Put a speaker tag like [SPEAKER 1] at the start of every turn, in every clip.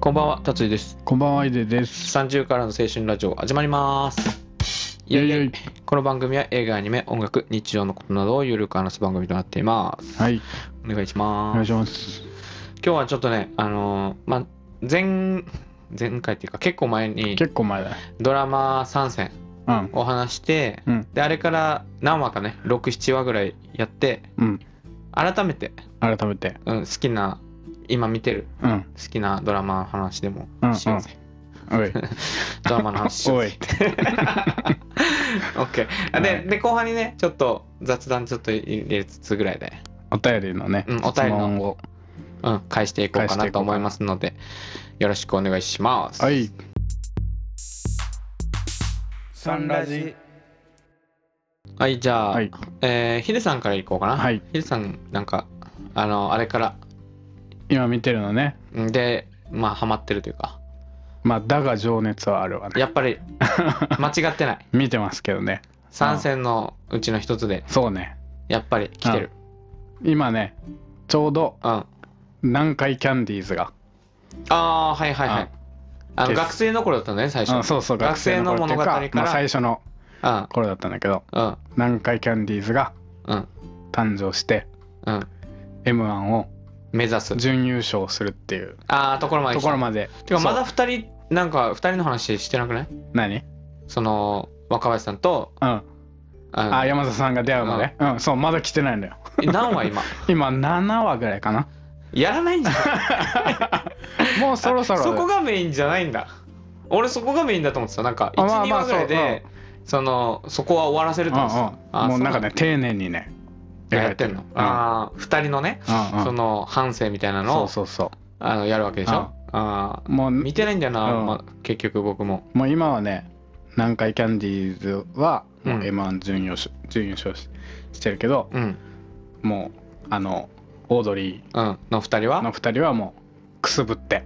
[SPEAKER 1] こんばんは、達井です。
[SPEAKER 2] こんばんは、いでです。
[SPEAKER 1] 30からの青春ラジオ始まります。いやいや
[SPEAKER 2] いやい
[SPEAKER 1] この番組は映画、アニメ、音楽、日常のことなどをゆるく話す番組となっています。
[SPEAKER 2] やはい、
[SPEAKER 1] お願いし
[SPEAKER 2] お
[SPEAKER 1] ま
[SPEAKER 2] 願い
[SPEAKER 1] す。
[SPEAKER 2] します。
[SPEAKER 1] 今日はちょっとね、あのーまあ、前、前回っていうか結構前に
[SPEAKER 2] 結構前だね。
[SPEAKER 1] ドラマ参戦
[SPEAKER 2] うん、
[SPEAKER 1] を話して、
[SPEAKER 2] うん
[SPEAKER 1] で、あれから何話かね、6、7話ぐらいやって、
[SPEAKER 2] うん、
[SPEAKER 1] 改めて、
[SPEAKER 2] 改めて。
[SPEAKER 1] うん、好きな、今見てる
[SPEAKER 2] うん、
[SPEAKER 1] 好きなドラマの話でも
[SPEAKER 2] うん、うん
[SPEAKER 1] しようぜ。
[SPEAKER 2] おい、
[SPEAKER 1] ドラマの話しよう
[SPEAKER 2] お
[SPEAKER 1] ぜ
[SPEAKER 2] い。
[SPEAKER 1] オッケー
[SPEAKER 2] は
[SPEAKER 1] で
[SPEAKER 2] い
[SPEAKER 1] で後半にねちょっと雑談ちょっと入れつつぐらいで、
[SPEAKER 2] お便りのね、
[SPEAKER 1] うん、お便り
[SPEAKER 2] 質問
[SPEAKER 1] の、
[SPEAKER 2] を。
[SPEAKER 1] うん、返していこうかなと思いますのでよろしくお願いします
[SPEAKER 2] はい、
[SPEAKER 3] サンラジ
[SPEAKER 1] はいじゃあ、
[SPEAKER 2] はい、
[SPEAKER 1] えーヒデさんからいこうかな、
[SPEAKER 2] はい
[SPEAKER 1] ヒデさんなんかあのあれから
[SPEAKER 2] 今見てるのね。
[SPEAKER 1] うんでまあハマってるというか
[SPEAKER 2] まあ、だが情熱はあるわね。
[SPEAKER 1] やっぱ り間違ってない
[SPEAKER 2] 見てますけどね。
[SPEAKER 1] 参戦のうちの一つで
[SPEAKER 2] そうね。
[SPEAKER 1] やっぱり来てる
[SPEAKER 2] 今ね、ちょうど
[SPEAKER 1] うんあ
[SPEAKER 2] 南海キャンディーズが。
[SPEAKER 1] あーはいはいはい
[SPEAKER 2] うん
[SPEAKER 1] あの
[SPEAKER 2] です
[SPEAKER 1] 学生の頃だったのね最
[SPEAKER 2] うん、
[SPEAKER 1] 初
[SPEAKER 2] そうそう、
[SPEAKER 1] 学生の
[SPEAKER 2] 頃っていう
[SPEAKER 1] 物語から
[SPEAKER 2] まあ、最初の
[SPEAKER 1] うん
[SPEAKER 2] 頃だったんだけど、
[SPEAKER 1] うん
[SPEAKER 2] 南海キャンディーズが
[SPEAKER 1] うん
[SPEAKER 2] 誕生して、
[SPEAKER 1] うん
[SPEAKER 2] M1 を
[SPEAKER 1] 目指す
[SPEAKER 2] 準優勝するっていう
[SPEAKER 1] ああところまで
[SPEAKER 2] と
[SPEAKER 1] 来た
[SPEAKER 2] ころまで。
[SPEAKER 1] てかまだ
[SPEAKER 2] そう
[SPEAKER 1] 二人なんか二人の話してなくない
[SPEAKER 2] 何
[SPEAKER 1] その若林さんと
[SPEAKER 2] うん。
[SPEAKER 1] あの
[SPEAKER 2] あ山田さんが出会うまで、うんそうまだ来てないんだよ
[SPEAKER 1] え何話今
[SPEAKER 2] 今7話ぐらい かな
[SPEAKER 1] やらないんじゃない
[SPEAKER 2] もうそ ろそろ
[SPEAKER 1] そこがメインじゃないんだ俺そこがメインだと思ってたなんか
[SPEAKER 2] あまあ
[SPEAKER 1] 12話ぐらい
[SPEAKER 2] まあ
[SPEAKER 1] でそのそこは終わらせると思ってた
[SPEAKER 2] うんう
[SPEAKER 1] あ
[SPEAKER 2] ん、もうなん
[SPEAKER 1] そ
[SPEAKER 2] かね丁寧にね
[SPEAKER 1] やってんのあ
[SPEAKER 2] あ
[SPEAKER 1] あ2人のね
[SPEAKER 2] うんうん
[SPEAKER 1] その反省みたいなの
[SPEAKER 2] そ
[SPEAKER 1] を
[SPEAKER 2] うそうそ
[SPEAKER 1] あのやるわけでしょあ
[SPEAKER 2] うもう
[SPEAKER 1] ー見てないんだよな
[SPEAKER 2] うん
[SPEAKER 1] まあ結局僕も
[SPEAKER 2] もう今はね南海キャンディーズはもううん M1 準優勝,、準優勝ししてるけど
[SPEAKER 1] うん
[SPEAKER 2] もうあのオードリ
[SPEAKER 1] うんの2人
[SPEAKER 2] ーの
[SPEAKER 1] は
[SPEAKER 2] 2人はもうくすぶって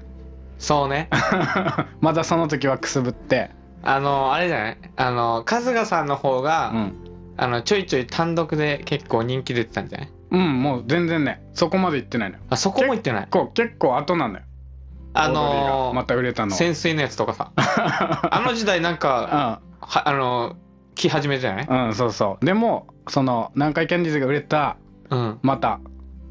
[SPEAKER 1] そうね
[SPEAKER 2] まだその時はくすぶって、
[SPEAKER 1] あのあれじゃないあの春日さんの方
[SPEAKER 2] う
[SPEAKER 1] が
[SPEAKER 2] ん、
[SPEAKER 1] あのちょいちょい単独で結構人気出てたんじゃない
[SPEAKER 2] うんもう全然ねそこまで行ってないのよ
[SPEAKER 1] あそこも行ってない
[SPEAKER 2] こう結構後なんだよ
[SPEAKER 1] あ
[SPEAKER 2] オードリー
[SPEAKER 1] の
[SPEAKER 2] がまた売れたの
[SPEAKER 1] 潜水のやつとかさあの時代なんかはあの来始めじゃない
[SPEAKER 2] うん、うん、そうそうでもその南海キャンディーズが売れた
[SPEAKER 1] うん、
[SPEAKER 2] また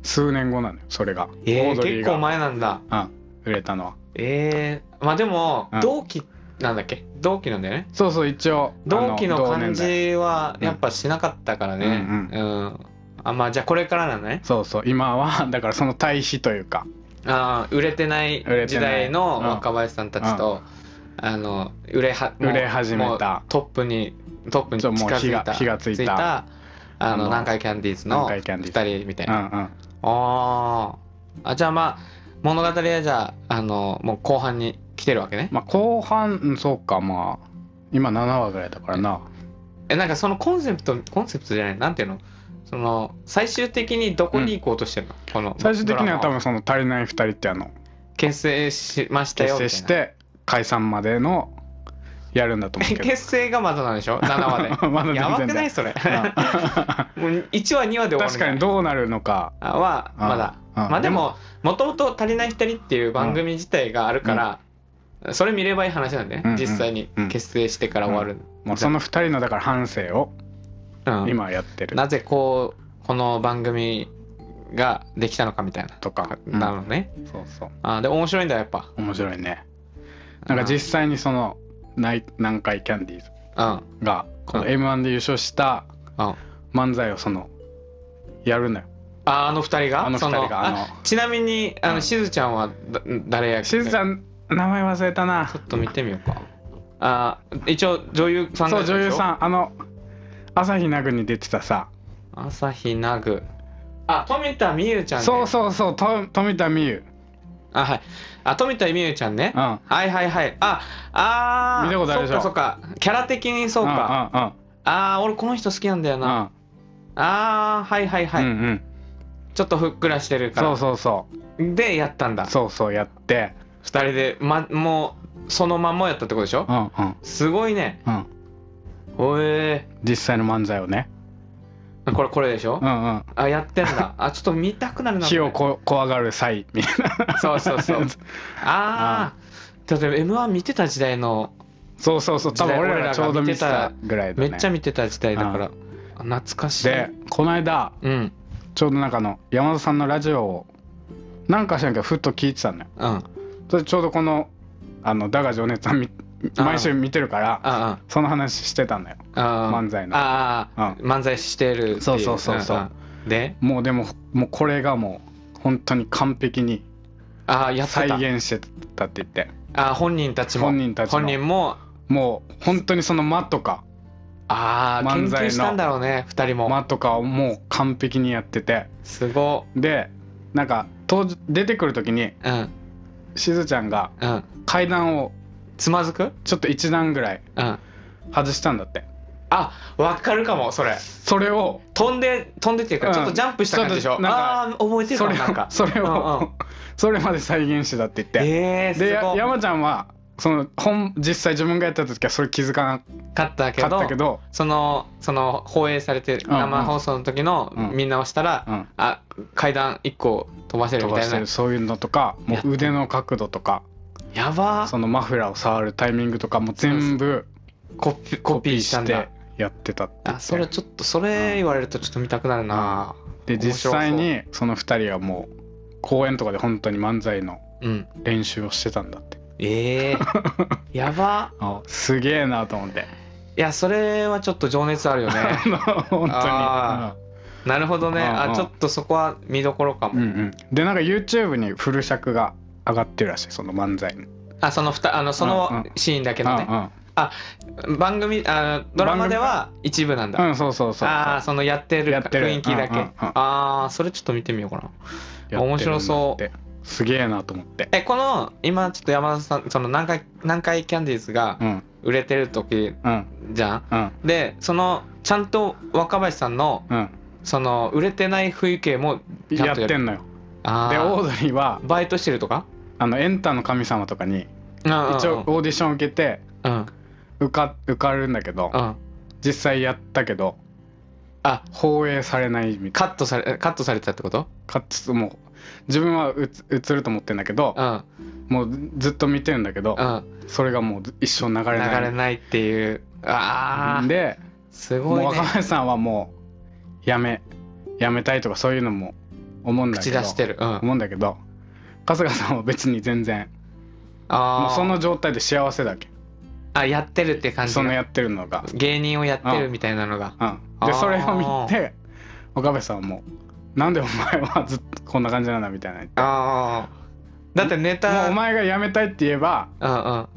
[SPEAKER 2] 数年後なのよそれが、
[SPEAKER 1] え
[SPEAKER 2] オ
[SPEAKER 1] ー、
[SPEAKER 2] ードリー
[SPEAKER 1] 結
[SPEAKER 2] が
[SPEAKER 1] 構前なんだ
[SPEAKER 2] うん、売れたのは
[SPEAKER 1] えー、まあでも、
[SPEAKER 2] うん
[SPEAKER 1] 同期なんだっけ同期なんだよね
[SPEAKER 2] そうそう一応
[SPEAKER 1] 同期の
[SPEAKER 2] あ
[SPEAKER 1] 感
[SPEAKER 2] 同年代
[SPEAKER 1] じはやっぱしなかったからね
[SPEAKER 2] うん
[SPEAKER 1] うん、あまあじゃあこれからなんだね
[SPEAKER 2] そうそう今は だからその対比というか
[SPEAKER 1] あー売れてない
[SPEAKER 2] 売れてない
[SPEAKER 1] 時代の
[SPEAKER 2] うん
[SPEAKER 1] 若林さんたちと、あの売れはもう
[SPEAKER 2] 売れ始めた
[SPEAKER 1] もうトップにトップに近づいた
[SPEAKER 2] そうもう火が火がついた
[SPEAKER 1] あ
[SPEAKER 2] あ
[SPEAKER 1] の
[SPEAKER 2] の
[SPEAKER 1] 南海キャンディーズの
[SPEAKER 2] 南海キャンディー
[SPEAKER 1] 2人みたい
[SPEAKER 2] うんう
[SPEAKER 1] な、
[SPEAKER 2] ん
[SPEAKER 1] あーあじゃあまあ物語はじゃああのもう後半に来てるわけね
[SPEAKER 2] まあ後半うんそうかまあ今7話ぐらいだからな
[SPEAKER 1] えなんかそのコンセプトコンセプトじゃないなんていうのその最終的にどこに行こうとしてるの、この
[SPEAKER 2] 最終的には
[SPEAKER 1] ド
[SPEAKER 2] 多
[SPEAKER 1] ラマ
[SPEAKER 2] 分その「足りない2人」ってあの
[SPEAKER 1] 結成しましたよ
[SPEAKER 2] 結
[SPEAKER 1] みたいな
[SPEAKER 2] 成して解散までのやるんだと思うけど
[SPEAKER 1] 結成がまだなんでし ょ7話で
[SPEAKER 2] まだ全然だ
[SPEAKER 1] や
[SPEAKER 2] よ
[SPEAKER 1] ばくないそれ
[SPEAKER 2] うん
[SPEAKER 1] もう1話2話で終わるん
[SPEAKER 2] 確
[SPEAKER 1] じゃ
[SPEAKER 2] か
[SPEAKER 1] ない
[SPEAKER 2] にどうなるのか
[SPEAKER 1] あは
[SPEAKER 2] うん
[SPEAKER 1] まだ
[SPEAKER 2] うん
[SPEAKER 1] まあでももともと「足りない2人」っていう番組自体があるから、それ見ればいい話なんで、ね
[SPEAKER 2] うんうん
[SPEAKER 1] 実際に結成してから終わる、
[SPEAKER 2] もうその2人のだから反省を
[SPEAKER 1] うん
[SPEAKER 2] 今やってる
[SPEAKER 1] なぜこうこの番組ができたのかみたいな
[SPEAKER 2] とか、うん
[SPEAKER 1] なのね、
[SPEAKER 2] そうそう
[SPEAKER 1] あで面白いんだやっぱ
[SPEAKER 2] 面白いねなんか実際にその内南海キャンディーズ
[SPEAKER 1] うんうん
[SPEAKER 2] がこの
[SPEAKER 1] うん
[SPEAKER 2] m 1で優勝した
[SPEAKER 1] あ
[SPEAKER 2] 漫才をそのやるのよ
[SPEAKER 1] あの二人が
[SPEAKER 2] あの二人が
[SPEAKER 1] そ
[SPEAKER 2] あの
[SPEAKER 1] あちなみにあの、
[SPEAKER 2] うん
[SPEAKER 1] しずちゃんはだ誰やっけ
[SPEAKER 2] しずちゃん名前忘れたな
[SPEAKER 1] ちょっと見てみようかあ一応女優さん
[SPEAKER 2] そう女優
[SPEAKER 1] ん
[SPEAKER 2] さんあの朝日奈に出てたさ
[SPEAKER 1] 朝日奈具あ富田美優ちゃんね
[SPEAKER 2] そうそうそうと富田美優
[SPEAKER 1] あはいあ富田美優ちゃんね、
[SPEAKER 2] うんうん
[SPEAKER 1] はいはいはいああー
[SPEAKER 2] 見たことあるでしょ
[SPEAKER 1] そっかそっかキャラ的にそうか、ああ俺この人好きなんだよ
[SPEAKER 2] うんうんう
[SPEAKER 1] な、
[SPEAKER 2] ん
[SPEAKER 1] ああはいはいはい、
[SPEAKER 2] うんうん
[SPEAKER 1] ちょっとふっくらしてるか
[SPEAKER 2] そ
[SPEAKER 1] ら
[SPEAKER 2] うそうそ
[SPEAKER 1] でやったんだ
[SPEAKER 2] うそうそうやって
[SPEAKER 1] 二人で、ま、もうそのまんまやったってことでしょ、
[SPEAKER 2] うんうん
[SPEAKER 1] すごいね
[SPEAKER 2] うん
[SPEAKER 1] ほえ
[SPEAKER 2] 実際の漫才をね
[SPEAKER 1] ー、これこれでしょ、
[SPEAKER 2] うんうん
[SPEAKER 1] あやってんだあちょっと見たくなるな
[SPEAKER 2] 火を
[SPEAKER 1] こ
[SPEAKER 2] こ怖がる際みたい
[SPEAKER 1] れそうそう そうああ
[SPEAKER 2] あ
[SPEAKER 1] だって m 1見てた時代の
[SPEAKER 2] そうそうそう多分俺らがちょうど見てたぐらいだ
[SPEAKER 1] め
[SPEAKER 2] ね
[SPEAKER 1] っちゃ見てた時代だから、あ懐かしい
[SPEAKER 2] でこの間
[SPEAKER 1] うん
[SPEAKER 2] ちょうどなんかあの山田さんのラジオをなんか知らんけどふっと聞いてたのよ
[SPEAKER 1] うん
[SPEAKER 2] それでちょうどこの「あのだが情熱さんみ」
[SPEAKER 1] あ
[SPEAKER 2] 毎週見てるから
[SPEAKER 1] あ
[SPEAKER 2] その話してたんだよ
[SPEAKER 1] あああ
[SPEAKER 2] 漫才の
[SPEAKER 1] ああ、
[SPEAKER 2] う
[SPEAKER 1] 漫才してるってい
[SPEAKER 2] そうそうそうそうん
[SPEAKER 1] んで
[SPEAKER 2] もうでももうこれがもう本当に完璧に
[SPEAKER 1] ああやって
[SPEAKER 2] 再
[SPEAKER 1] た
[SPEAKER 2] 現してたって言って
[SPEAKER 1] ああ本人たちも
[SPEAKER 2] 本人たちの
[SPEAKER 1] 本人も
[SPEAKER 2] もう本当にその間とか
[SPEAKER 1] ああ研
[SPEAKER 2] 漫才の
[SPEAKER 1] 究したんだろうね二人も
[SPEAKER 2] 間とかをもう完璧にやってて
[SPEAKER 1] すご
[SPEAKER 2] でなんか当時出てくる時に
[SPEAKER 1] うん
[SPEAKER 2] しずちゃんが
[SPEAKER 1] うん
[SPEAKER 2] 階段を
[SPEAKER 1] つまずく
[SPEAKER 2] ちょっと一段ぐらい
[SPEAKER 1] うん
[SPEAKER 2] 外したんだって
[SPEAKER 1] あわかるかもそれ
[SPEAKER 2] それを
[SPEAKER 1] 飛んで飛んでっていうか、
[SPEAKER 2] うん
[SPEAKER 1] ちょっとジャンプした感じでしょ
[SPEAKER 2] ちょっとなんか
[SPEAKER 1] ああー覚えてる
[SPEAKER 2] そ
[SPEAKER 1] か
[SPEAKER 2] れ
[SPEAKER 1] もなん
[SPEAKER 2] を
[SPEAKER 1] か
[SPEAKER 2] それ
[SPEAKER 1] うんうん
[SPEAKER 2] をそれまで再現してたって言って
[SPEAKER 1] ええー、す
[SPEAKER 2] でや
[SPEAKER 1] ごい
[SPEAKER 2] 山ちゃんはその本実際自分がやった時はそれ気づかな
[SPEAKER 1] 勝ったけ
[SPEAKER 2] かっ
[SPEAKER 1] ど
[SPEAKER 2] たけど、
[SPEAKER 1] そのその放映されてる
[SPEAKER 2] うんうん
[SPEAKER 1] 生放送の時の
[SPEAKER 2] うん
[SPEAKER 1] 見直したら、
[SPEAKER 2] うん、
[SPEAKER 1] あ階段1個飛ばせる
[SPEAKER 2] 飛
[SPEAKER 1] み
[SPEAKER 2] ば
[SPEAKER 1] たい
[SPEAKER 2] して
[SPEAKER 1] な
[SPEAKER 2] るそういうのとかも
[SPEAKER 1] やった
[SPEAKER 2] う腕の角度とか
[SPEAKER 1] やばー
[SPEAKER 2] そのマフラーを触るタイミングとかも全部
[SPEAKER 1] コピーコ
[SPEAKER 2] コ
[SPEAKER 1] ピ
[SPEAKER 2] ピ
[SPEAKER 1] ー
[SPEAKER 2] ー
[SPEAKER 1] した
[SPEAKER 2] し
[SPEAKER 1] んだ
[SPEAKER 2] てやってたって言っ
[SPEAKER 1] あ
[SPEAKER 2] て
[SPEAKER 1] それちょっとそれ言われるとちょっと見たくなるな
[SPEAKER 2] で
[SPEAKER 1] 面白そう
[SPEAKER 2] 実際にその2人はもう公演とかで本当に漫才の
[SPEAKER 1] うん、
[SPEAKER 2] 練習をしてたんだって
[SPEAKER 1] ええー、やば
[SPEAKER 2] あすげえなと思って
[SPEAKER 1] いやそれはちょっと情熱あ るよね
[SPEAKER 2] あの 本
[SPEAKER 1] あ
[SPEAKER 2] 当
[SPEAKER 1] なるほどね
[SPEAKER 2] うん
[SPEAKER 1] あ
[SPEAKER 2] うん
[SPEAKER 1] ちょっとそこは見どころかも、
[SPEAKER 2] に、うんうんうん、でなんか YouTube にフル尺が上がってるらしいその漫才の、
[SPEAKER 1] あそのふたあのそ
[SPEAKER 2] うん
[SPEAKER 1] の
[SPEAKER 2] うん
[SPEAKER 1] シーンだけ
[SPEAKER 2] う
[SPEAKER 1] のね、
[SPEAKER 2] ん
[SPEAKER 1] 番組あドラマでは一部なんだ、
[SPEAKER 2] うん、うん、そうそうそう
[SPEAKER 1] ああそのやってる
[SPEAKER 2] やってる
[SPEAKER 1] 雰囲気だけ、
[SPEAKER 2] うんうんうん
[SPEAKER 1] ああそれちょっと見てみようかな
[SPEAKER 2] やってるんだって
[SPEAKER 1] 面白そう
[SPEAKER 2] すげえなと思って
[SPEAKER 1] えこの今ちょっと山田さんその南海南海キャンディーズが
[SPEAKER 2] うん
[SPEAKER 1] 売れてる時
[SPEAKER 2] うん
[SPEAKER 1] じゃん
[SPEAKER 2] うん
[SPEAKER 1] でそのちゃんと若林さんの
[SPEAKER 2] うん
[SPEAKER 1] その売れてない風景もちゃ
[SPEAKER 2] や
[SPEAKER 1] ん
[SPEAKER 2] っ
[SPEAKER 1] と
[SPEAKER 2] てんのよ
[SPEAKER 1] あ
[SPEAKER 2] でオ
[SPEAKER 1] ー
[SPEAKER 2] ードリーは
[SPEAKER 1] バイトしてるとか
[SPEAKER 2] あのエンタの神様とかに
[SPEAKER 1] 一
[SPEAKER 2] 一応オーディション受けて
[SPEAKER 1] うんうん
[SPEAKER 2] 受か受かるんだけど
[SPEAKER 1] うん
[SPEAKER 2] 実際やったけど
[SPEAKER 1] あ
[SPEAKER 2] 放映されないみた
[SPEAKER 1] カ
[SPEAKER 2] いな
[SPEAKER 1] ットされカットされてたってこと
[SPEAKER 2] かつもう自分はうつ映ると思ってんだけど
[SPEAKER 1] うん
[SPEAKER 2] もうずっと見てるんだけど
[SPEAKER 1] うん
[SPEAKER 2] それがもう一生流
[SPEAKER 1] 流
[SPEAKER 2] れない
[SPEAKER 1] れないっていうああ
[SPEAKER 2] ですも
[SPEAKER 1] ご
[SPEAKER 2] う
[SPEAKER 1] いね
[SPEAKER 2] 若林さんはもうやめやめたいとかそういうのも思うんだけ
[SPEAKER 1] 口
[SPEAKER 2] ど
[SPEAKER 1] 出してるうん
[SPEAKER 2] 思うんだけど春日さんは別に全然も
[SPEAKER 1] あ
[SPEAKER 2] う
[SPEAKER 1] ー
[SPEAKER 2] その状態で幸せだけ
[SPEAKER 1] あやってるって感じ
[SPEAKER 2] その
[SPEAKER 1] が
[SPEAKER 2] やってるのが、
[SPEAKER 1] 芸人をやってるみたいなのが
[SPEAKER 2] うん、
[SPEAKER 1] あー
[SPEAKER 2] でそれを見て岡部さんはもう「なんでお前はずっとこんな感じなんだ」みたいなも
[SPEAKER 1] ああだってネタ
[SPEAKER 2] うお前が辞めたいって言えば
[SPEAKER 1] うんうん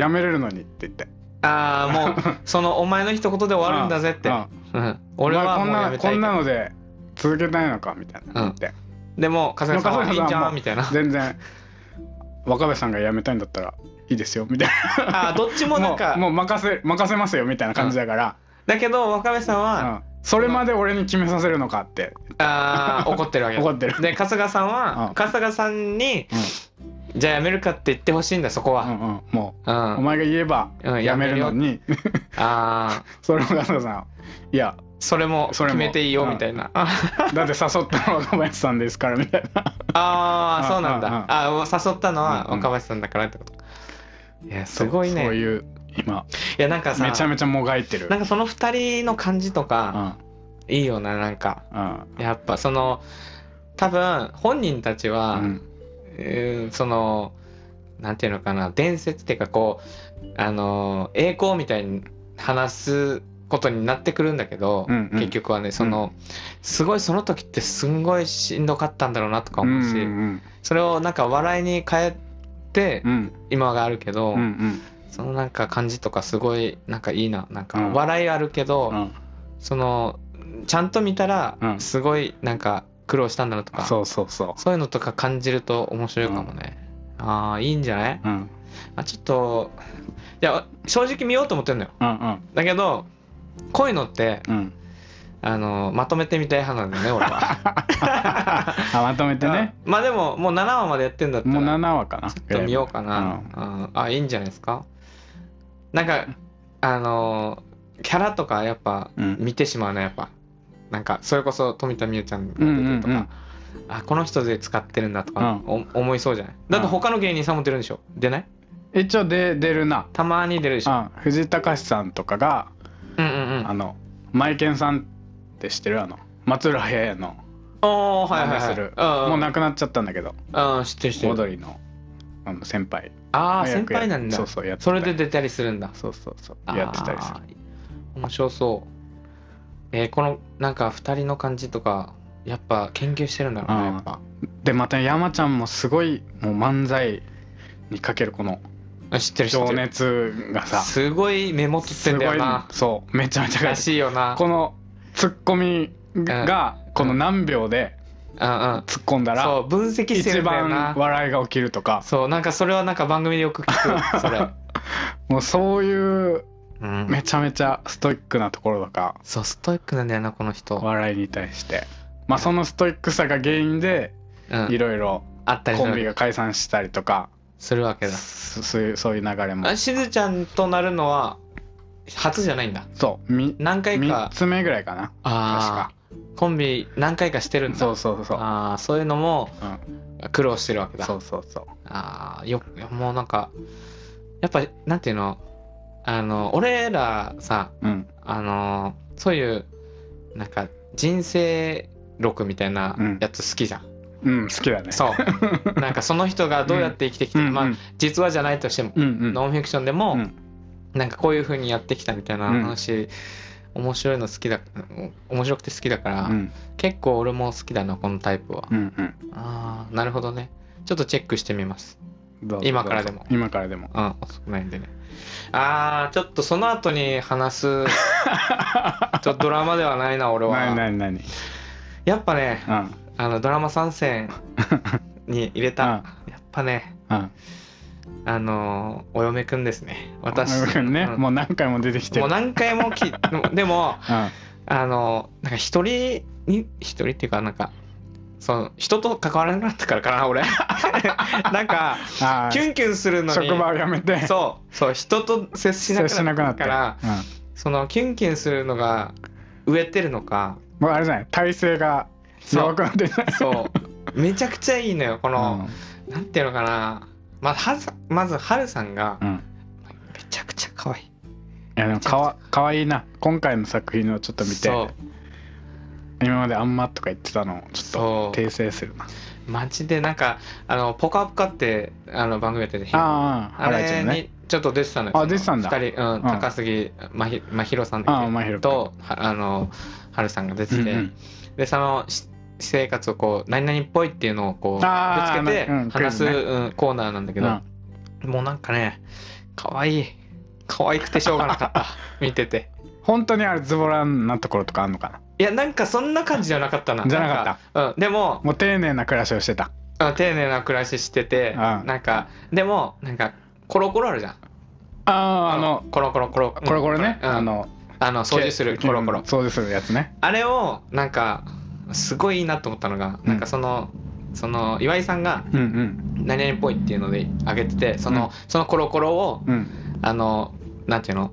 [SPEAKER 2] 辞めれるのにって言って
[SPEAKER 1] ああも うそのお前の一言で終わるんだぜって、
[SPEAKER 2] う
[SPEAKER 1] うん
[SPEAKER 2] うんん
[SPEAKER 1] 俺は
[SPEAKER 2] お前こん
[SPEAKER 1] もうや
[SPEAKER 2] な
[SPEAKER 1] め
[SPEAKER 2] こ
[SPEAKER 1] たい
[SPEAKER 2] ん
[SPEAKER 1] け
[SPEAKER 2] な
[SPEAKER 1] ど
[SPEAKER 2] ので続けたいのかみたいな言って、
[SPEAKER 1] でも春日さんは
[SPEAKER 2] でも春日
[SPEAKER 1] い
[SPEAKER 2] さんはい
[SPEAKER 1] んじ
[SPEAKER 2] も
[SPEAKER 1] ゃ
[SPEAKER 2] うん
[SPEAKER 1] みたいな
[SPEAKER 2] 全然若部さんが辞めたいんだったらいいですよみたいな
[SPEAKER 1] あーどっちもなんか
[SPEAKER 2] もうもう任せ任せますよみたいな感じだから、
[SPEAKER 1] だけど若林さん
[SPEAKER 2] うん
[SPEAKER 1] は、
[SPEAKER 2] それまで俺に決めさせるのかって、
[SPEAKER 1] あー怒ってるわけだ
[SPEAKER 2] 怒ってる
[SPEAKER 1] で春日さんは、
[SPEAKER 2] うん
[SPEAKER 1] 春日さんに
[SPEAKER 2] うん
[SPEAKER 1] じゃあやめるかって言ってほしいんだそこ
[SPEAKER 2] う
[SPEAKER 1] は、
[SPEAKER 2] んうん、も
[SPEAKER 1] うん
[SPEAKER 2] う、お前が言えば
[SPEAKER 1] うん
[SPEAKER 2] 辞めるのに、
[SPEAKER 1] ああ
[SPEAKER 2] それも春日さんいや
[SPEAKER 1] それも
[SPEAKER 2] それ
[SPEAKER 1] 決
[SPEAKER 2] も
[SPEAKER 1] めていいよみたいな、あ
[SPEAKER 2] だって誘ったのは若林さんですからみたいな
[SPEAKER 1] あーそうなんだ、
[SPEAKER 2] うんうん
[SPEAKER 1] あー誘ったのは
[SPEAKER 2] うんうん
[SPEAKER 1] 若林さんだからってこと、いやすごいね
[SPEAKER 2] そう
[SPEAKER 1] い
[SPEAKER 2] いう今
[SPEAKER 1] やなんかさ
[SPEAKER 2] めちゃめちゃもがいてる
[SPEAKER 1] なんかその二人の感じとか、いいよななんか
[SPEAKER 2] うんうん
[SPEAKER 1] やっぱその多分本人たちは、
[SPEAKER 2] うん
[SPEAKER 1] えーそのなんていうのかな伝説っていうかこうあの栄光みたいに話すことになってくるんだけど、
[SPEAKER 2] うんうん
[SPEAKER 1] 結局はねその、すごいその時ってすんごいしんどかったんだろうなとか思うし、
[SPEAKER 2] うん
[SPEAKER 1] それをなんか笑いに変えて
[SPEAKER 2] うん
[SPEAKER 1] 今があるけど、
[SPEAKER 2] うんうん
[SPEAKER 1] そのなんか感じとかすごいなんかいいななんか
[SPEAKER 2] うん
[SPEAKER 1] 笑いあるけど、
[SPEAKER 2] うん
[SPEAKER 1] そのちゃんと見たら
[SPEAKER 2] うん
[SPEAKER 1] すごいなんか苦労したんだなとか、
[SPEAKER 2] そうそうそ
[SPEAKER 1] そういうのとか感じると面白いかもね。ああ、いいんじゃないう
[SPEAKER 2] うん
[SPEAKER 1] あちょっと、いや、正直見ようと思ってんのよ。
[SPEAKER 2] うんうん
[SPEAKER 1] だけど、こういうのって、
[SPEAKER 2] うん
[SPEAKER 1] あの、まとめてみたい派なんだよね、俺 は。
[SPEAKER 2] あまとめてね
[SPEAKER 1] まあでも、もう7話までやってんだったら、
[SPEAKER 2] もう
[SPEAKER 1] ち
[SPEAKER 2] 7話かな
[SPEAKER 1] ょっと見ようかな。うんあ、いいんじゃないですか。なんか、あの、キャラとかやっぱ
[SPEAKER 2] うん
[SPEAKER 1] 見てしまうね、やっぱ。なんかそれこそ富田美優ちゃんが
[SPEAKER 2] う
[SPEAKER 1] 出
[SPEAKER 2] んう
[SPEAKER 1] て
[SPEAKER 2] んう
[SPEAKER 1] る
[SPEAKER 2] ん
[SPEAKER 1] とか、あこの人で使ってるんだとか、お思いそうじゃないだって
[SPEAKER 2] うん
[SPEAKER 1] 他の芸人さんも出るんでしょ出ない
[SPEAKER 2] 一応で出るな
[SPEAKER 1] たまに出るでしょ
[SPEAKER 2] あ藤井隆さんとかが
[SPEAKER 1] うんうんうん
[SPEAKER 2] あのマイケンさんって知ってるあの松浦弥也の
[SPEAKER 1] おーはいはいは
[SPEAKER 2] 真似
[SPEAKER 1] い
[SPEAKER 2] する
[SPEAKER 1] うんうん
[SPEAKER 2] もう亡くなっちゃったんだけど
[SPEAKER 1] うん知ってる知ってる
[SPEAKER 2] 踊りのあの先輩
[SPEAKER 1] ああ
[SPEAKER 2] 早
[SPEAKER 1] 先
[SPEAKER 2] くや
[SPEAKER 1] 輩なんだ
[SPEAKER 2] そうそうやって
[SPEAKER 1] そ
[SPEAKER 2] た
[SPEAKER 1] れ
[SPEAKER 2] り
[SPEAKER 1] で出たりするんだ
[SPEAKER 2] そうそうそうやってたりする
[SPEAKER 1] あー面白そうえーこのなんか2人の感じとかやっぱ研究してるんだろうな
[SPEAKER 2] うん
[SPEAKER 1] やっぱ
[SPEAKER 2] でまた山ちゃんもすごいもう漫才にかけるこの
[SPEAKER 1] あ知ってる人
[SPEAKER 2] 情熱がさ
[SPEAKER 1] すごいメモ取ってんだよな
[SPEAKER 2] すごいそうめちゃめちゃ
[SPEAKER 1] ら
[SPEAKER 2] かしい
[SPEAKER 1] しいよな
[SPEAKER 2] このツッコミがこの何秒で
[SPEAKER 1] うんうん
[SPEAKER 2] 突っ込んだ
[SPEAKER 1] そ
[SPEAKER 2] ら
[SPEAKER 1] う分析して
[SPEAKER 2] 一
[SPEAKER 1] るんだよ
[SPEAKER 2] 番
[SPEAKER 1] な
[SPEAKER 2] 笑いが起きるとか
[SPEAKER 1] そうなんかそれはなんか番組でよく聞 くそれ、
[SPEAKER 2] もうそういう
[SPEAKER 1] うん、
[SPEAKER 2] めちゃめちゃストイックなところとか
[SPEAKER 1] そうストイックなんだよなこの人、
[SPEAKER 2] 笑いに対してまあそのストイックさが原因で
[SPEAKER 1] うん
[SPEAKER 2] いろいろ
[SPEAKER 1] あったりす
[SPEAKER 2] コンビ
[SPEAKER 1] る
[SPEAKER 2] が解散したりとか
[SPEAKER 1] するわけだ
[SPEAKER 2] そそういうそういう流れも
[SPEAKER 1] あしずちゃんとなるのは初じゃないんだ
[SPEAKER 2] そうみ
[SPEAKER 1] 何回
[SPEAKER 2] 3
[SPEAKER 1] か
[SPEAKER 2] つ目ぐらいかな
[SPEAKER 1] あーコンビ何回かしてるんだ
[SPEAKER 2] そうそうそう
[SPEAKER 1] あーそういうのも
[SPEAKER 2] うん
[SPEAKER 1] 苦労してるわけだ
[SPEAKER 2] そうそうそう
[SPEAKER 1] あーよもうなんかやっぱなんていうのあの俺らさ
[SPEAKER 2] うん
[SPEAKER 1] あのそういうなんか人生録みたいなやつ好きじゃん、
[SPEAKER 2] うん好きだね
[SPEAKER 1] そう なんかその人がどうやって生きてきて、
[SPEAKER 2] うんうん
[SPEAKER 1] まあ実話じゃないとしても、
[SPEAKER 2] うんうん
[SPEAKER 1] ノンフィクションでも、
[SPEAKER 2] うん
[SPEAKER 1] なんかこういう風にやってきたみたいな
[SPEAKER 2] うん
[SPEAKER 1] 話、面白いの好きだ面白くて好きだから、
[SPEAKER 2] うん
[SPEAKER 1] 結構俺も好きだなこのタイプは、
[SPEAKER 2] うんうん
[SPEAKER 1] ああなるほどねちょっとチェックしてみます
[SPEAKER 2] どうぞ
[SPEAKER 1] 今からでも
[SPEAKER 2] どうぞ今からでも
[SPEAKER 1] うん遅くないんでねあーちょっとその後に話 すちょっとドラマではないな俺は
[SPEAKER 2] 何何何
[SPEAKER 1] やっぱね
[SPEAKER 2] うん
[SPEAKER 1] あのドラマ参戦に入れた、やっぱね
[SPEAKER 2] うん
[SPEAKER 1] あのーお嫁くんですね私
[SPEAKER 2] ごめんね
[SPEAKER 1] うん
[SPEAKER 2] もう何回も出てきて
[SPEAKER 1] も
[SPEAKER 2] る
[SPEAKER 1] う何回もきでも でも
[SPEAKER 2] うん
[SPEAKER 1] あのなんか一人に一人っていうかなんかその人と関わらなくなったからかな 俺なんか
[SPEAKER 2] あー
[SPEAKER 1] キュンキュンするのに
[SPEAKER 2] 職場を辞めて
[SPEAKER 1] そうそう人と接しな
[SPEAKER 2] 接
[SPEAKER 1] く
[SPEAKER 2] し
[SPEAKER 1] な
[SPEAKER 2] な
[SPEAKER 1] っ
[SPEAKER 2] くな
[SPEAKER 1] た
[SPEAKER 2] っ
[SPEAKER 1] か
[SPEAKER 2] て
[SPEAKER 1] ら
[SPEAKER 2] う
[SPEAKER 1] そのキュンキュンするのが植えてるの か
[SPEAKER 2] んもうあれじゃない体勢が
[SPEAKER 1] そ
[SPEAKER 2] 弱
[SPEAKER 1] う
[SPEAKER 2] くなってない
[SPEAKER 1] そうめちゃくちゃいいのよこの、なんていうのかなまあはずまずハルさんが
[SPEAKER 2] うんうん
[SPEAKER 1] めちゃくちゃ可愛い
[SPEAKER 2] いやでもかわかわいいな今回の作品をちょっと見て
[SPEAKER 1] そう
[SPEAKER 2] 今まであんまとか言ってたのをちょ
[SPEAKER 1] そ
[SPEAKER 2] っと
[SPEAKER 1] う
[SPEAKER 2] 訂正するな
[SPEAKER 1] マジでなんか「あのポカポカ」ってあの番組やってて
[SPEAKER 2] あ
[SPEAKER 1] あ
[SPEAKER 2] あハライチ
[SPEAKER 1] れ
[SPEAKER 2] のね
[SPEAKER 1] にちょっと出てたのよ。
[SPEAKER 2] あ出てたんだ
[SPEAKER 1] 2人、うん、
[SPEAKER 2] ん
[SPEAKER 1] 高杉まひまひろさんだっけ
[SPEAKER 2] あまひろ君
[SPEAKER 1] と、はあの、はるさんが出て
[SPEAKER 2] う
[SPEAKER 1] て、
[SPEAKER 2] んうん
[SPEAKER 1] で、その、し私生活をこう、何々っぽいっていうのをこう、ぶ
[SPEAKER 2] あー
[SPEAKER 1] つけて
[SPEAKER 2] なうん
[SPEAKER 1] 話す、
[SPEAKER 2] クイズね
[SPEAKER 1] うんコーナーなんだけ
[SPEAKER 2] う
[SPEAKER 1] ど
[SPEAKER 2] ん、
[SPEAKER 1] もうなんかね、可愛い可愛くてしょうがなか った。見てて。
[SPEAKER 2] 本当にあれズボラなところとかあんのかない
[SPEAKER 1] や、なんかそんな感じじゃなかったな。
[SPEAKER 2] じゃな
[SPEAKER 1] っ
[SPEAKER 2] か
[SPEAKER 1] た。うん、でも、
[SPEAKER 2] もう丁寧な暮らしをしてた
[SPEAKER 1] うん丁寧な暮らししてて、
[SPEAKER 2] うん
[SPEAKER 1] なんか、でも、なんか、コロコロあるじゃん。
[SPEAKER 2] あああの
[SPEAKER 1] コロコロコロ。
[SPEAKER 2] これこれね
[SPEAKER 1] うん
[SPEAKER 2] あの
[SPEAKER 1] あの掃除する
[SPEAKER 2] け
[SPEAKER 1] コロコロ
[SPEAKER 2] 掃除するやつね
[SPEAKER 1] あれをなんかすごいいいなと思ったのが、
[SPEAKER 2] うん
[SPEAKER 1] なんかそのその岩井さんが
[SPEAKER 2] うんうん
[SPEAKER 1] 何々っぽいっていうのであげててその,、
[SPEAKER 2] うん
[SPEAKER 1] そのコロコロを
[SPEAKER 2] うん
[SPEAKER 1] あのなんていうの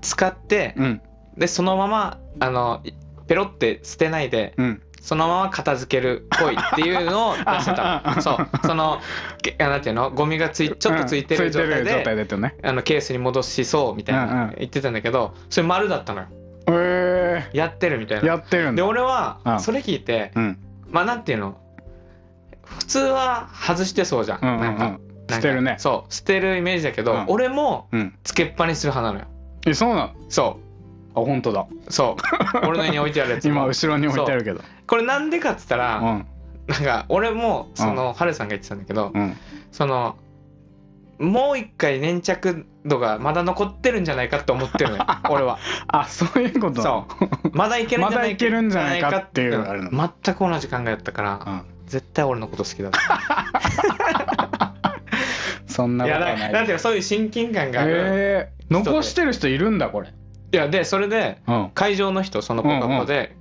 [SPEAKER 1] 使って、
[SPEAKER 2] うん
[SPEAKER 1] でそのままあのいペロって捨てないで
[SPEAKER 2] うん
[SPEAKER 1] そのまま片付けるっぽいっていう のを出して
[SPEAKER 2] あ
[SPEAKER 1] た
[SPEAKER 2] あ
[SPEAKER 1] そうそのけあなんていうのゴミがついちょっとついて
[SPEAKER 2] う
[SPEAKER 1] る
[SPEAKER 2] ん
[SPEAKER 1] 状態
[SPEAKER 2] ついてる状態
[SPEAKER 1] で、
[SPEAKER 2] でってね
[SPEAKER 1] あのケースに戻しそうみたい
[SPEAKER 2] うんう
[SPEAKER 1] なん言ってたんだけどそれ丸だったのよ
[SPEAKER 2] え
[SPEAKER 1] やってるみたい
[SPEAKER 2] ー
[SPEAKER 1] な
[SPEAKER 2] やってるん
[SPEAKER 1] で
[SPEAKER 2] だ
[SPEAKER 1] 俺
[SPEAKER 2] う
[SPEAKER 1] は
[SPEAKER 2] ん
[SPEAKER 1] それ聞いて、
[SPEAKER 2] うん
[SPEAKER 1] まあなんていうの普通は外してそうじゃん,、
[SPEAKER 2] うんう
[SPEAKER 1] なん
[SPEAKER 2] んう
[SPEAKER 1] か
[SPEAKER 2] ん
[SPEAKER 1] なんか
[SPEAKER 2] 捨てるね
[SPEAKER 1] そう捨てるイメージだけど、
[SPEAKER 2] うん
[SPEAKER 1] 俺も
[SPEAKER 2] うん
[SPEAKER 1] つけっぱにする派なのよ
[SPEAKER 2] えそうなのあ
[SPEAKER 1] そ
[SPEAKER 2] 本当だ
[SPEAKER 1] うそう 俺の家に置いてあるやつも
[SPEAKER 2] 今後ろに置いてあるけど
[SPEAKER 1] これなんでかっつった
[SPEAKER 2] う
[SPEAKER 1] ら、
[SPEAKER 2] ん
[SPEAKER 1] なんか俺もその、ハルさんが言ってたんだけど、
[SPEAKER 2] うん
[SPEAKER 1] そのもう一回粘着度がまだ残ってるんじゃないかって思ってるの よ俺は
[SPEAKER 2] あそういうこと
[SPEAKER 1] そうまだいけるんじゃない
[SPEAKER 2] まだいけるんじゃないかっていう
[SPEAKER 1] じゃな
[SPEAKER 2] あれ
[SPEAKER 1] い
[SPEAKER 2] な
[SPEAKER 1] か全く同じ考えだったから、
[SPEAKER 2] うん
[SPEAKER 1] 絶対俺のこと好きだと思う
[SPEAKER 2] そんないこ
[SPEAKER 1] や
[SPEAKER 2] と
[SPEAKER 1] だ
[SPEAKER 2] は
[SPEAKER 1] から
[SPEAKER 2] ない
[SPEAKER 1] なんていうかそういう親近感がある、
[SPEAKER 2] えー
[SPEAKER 1] 人で
[SPEAKER 2] 残してる人いるんだこれ
[SPEAKER 1] いやでそれで
[SPEAKER 2] うん
[SPEAKER 1] 会場の人その「ポカポカで」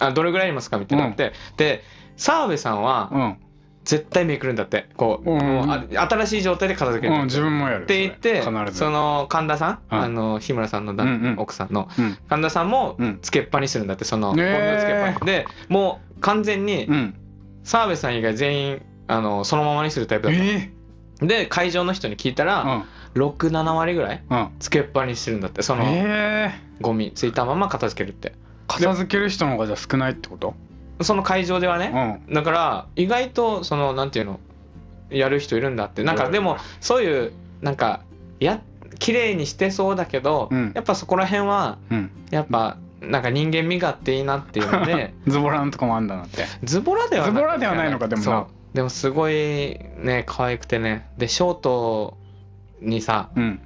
[SPEAKER 1] あどれぐらいいますか?」みたいになって、で澤部さんは
[SPEAKER 2] うん
[SPEAKER 1] 絶対めくるんだってこう、
[SPEAKER 2] うん
[SPEAKER 1] もうあ新しい状態で片付けるんだ
[SPEAKER 2] うん、自分もやる。
[SPEAKER 1] って言って
[SPEAKER 2] それ必ず。
[SPEAKER 1] その神田さん、
[SPEAKER 2] うん
[SPEAKER 1] あの日村さんの旦、
[SPEAKER 2] うんうん
[SPEAKER 1] 奥さんの
[SPEAKER 2] うん。
[SPEAKER 1] 神田さんも
[SPEAKER 2] うん
[SPEAKER 1] つけっぱにするんだってその、
[SPEAKER 2] ねえ
[SPEAKER 1] ゴミのつけっぱにでもう完全に
[SPEAKER 2] うん。
[SPEAKER 1] 澤部さん以外全員あのそのままにするタイプ
[SPEAKER 2] え
[SPEAKER 1] だっ
[SPEAKER 2] え
[SPEAKER 1] たで会場の人に聞いたら、67割ぐらい
[SPEAKER 2] うん。うん。
[SPEAKER 1] つけっぱにしてるんだってその、
[SPEAKER 2] ええ
[SPEAKER 1] ゴミついたまま片付けるって
[SPEAKER 2] 片付ける人の方がじゃあ少ないってこと
[SPEAKER 1] その会場では
[SPEAKER 2] う
[SPEAKER 1] ね、
[SPEAKER 2] ん。
[SPEAKER 1] だから意外とそのなんていうのやる人いるんだってなんかでもそういうなんかや綺麗にしてそうだけど、
[SPEAKER 2] うん
[SPEAKER 1] やっぱそこら辺は
[SPEAKER 2] うん。
[SPEAKER 1] やっぱなんか人間味があっていいなっていうの で
[SPEAKER 2] ズボラのとこもあんだなって。
[SPEAKER 1] ズボラでは
[SPEAKER 2] ズボラではないのかでもな
[SPEAKER 1] そうでもすごいね可愛くてねでショートにさ
[SPEAKER 2] うん。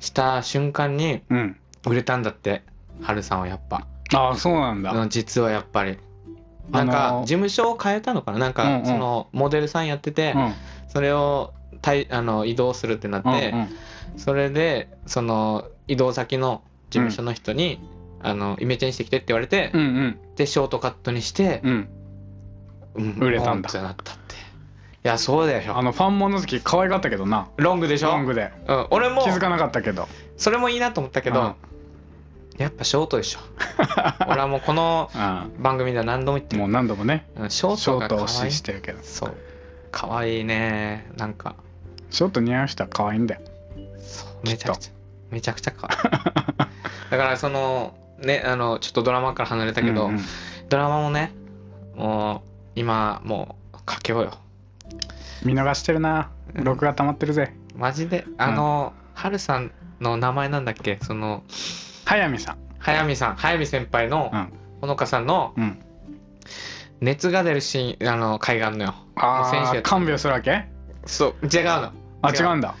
[SPEAKER 1] した瞬間に
[SPEAKER 2] うん。
[SPEAKER 1] 売れたんだって春さんはやっぱ
[SPEAKER 2] ああ、そうなんだ。
[SPEAKER 1] うん実はやっぱりなん
[SPEAKER 2] あ
[SPEAKER 1] か
[SPEAKER 2] のー
[SPEAKER 1] 事務所を変えたのかななん
[SPEAKER 2] うんう
[SPEAKER 1] か
[SPEAKER 2] ん
[SPEAKER 1] そのモデルさんやってて
[SPEAKER 2] うん。
[SPEAKER 1] それを退あの移動するってなっ
[SPEAKER 2] うん
[SPEAKER 1] てそれでその移動先の事務所の人にあのイメチェンしてきてって言われて
[SPEAKER 2] うんうん
[SPEAKER 1] でショートカットにして
[SPEAKER 2] うんうん
[SPEAKER 1] うん
[SPEAKER 2] 売れたん
[SPEAKER 1] ボン
[SPEAKER 2] だ
[SPEAKER 1] ってなったっていやそうだ
[SPEAKER 2] あ
[SPEAKER 1] よ
[SPEAKER 2] のファンモノ好き可愛かったけどな
[SPEAKER 1] ロングでしょ
[SPEAKER 2] ロングで
[SPEAKER 1] うん、俺も
[SPEAKER 2] 気づかなかったけ ど
[SPEAKER 1] それもいいなと思ったけどやっぱショートで しょ俺はもうこの
[SPEAKER 2] うん
[SPEAKER 1] 番組では何度も言っ
[SPEAKER 2] う
[SPEAKER 1] て
[SPEAKER 2] んも
[SPEAKER 1] る
[SPEAKER 2] う何度もね
[SPEAKER 1] うんショ
[SPEAKER 2] シ
[SPEAKER 1] ート
[SPEAKER 2] ョー
[SPEAKER 1] が
[SPEAKER 2] ト
[SPEAKER 1] 可
[SPEAKER 2] を
[SPEAKER 1] 愛
[SPEAKER 2] 推
[SPEAKER 1] い
[SPEAKER 2] してるけど
[SPEAKER 1] そう可愛いねなんか
[SPEAKER 2] ショート似合う人は可愛いんだよ
[SPEAKER 1] そう
[SPEAKER 2] きっ
[SPEAKER 1] めち
[SPEAKER 2] と
[SPEAKER 1] ゃくちゃめちゃくちゃ可愛いだからそのねあのちょっとドラマから離れたけど、
[SPEAKER 2] うんうん
[SPEAKER 1] ドラマもねもう今もうかけようよ
[SPEAKER 2] 見逃してるな
[SPEAKER 1] うん
[SPEAKER 2] 録画溜まってるぜ
[SPEAKER 1] マジであの、ハルさんの名前なんだっけその
[SPEAKER 2] 速水さん
[SPEAKER 1] 速見さん速見先輩の
[SPEAKER 2] うん
[SPEAKER 1] ほのかさんの
[SPEAKER 2] うん
[SPEAKER 1] 熱が出るシーンあの海岸のよ
[SPEAKER 2] あ
[SPEAKER 1] 選手
[SPEAKER 2] あ
[SPEAKER 1] やつ
[SPEAKER 2] 看病するわけ
[SPEAKER 1] そう違うの
[SPEAKER 2] あ
[SPEAKER 1] 違
[SPEAKER 2] 違
[SPEAKER 1] う
[SPEAKER 2] うんだ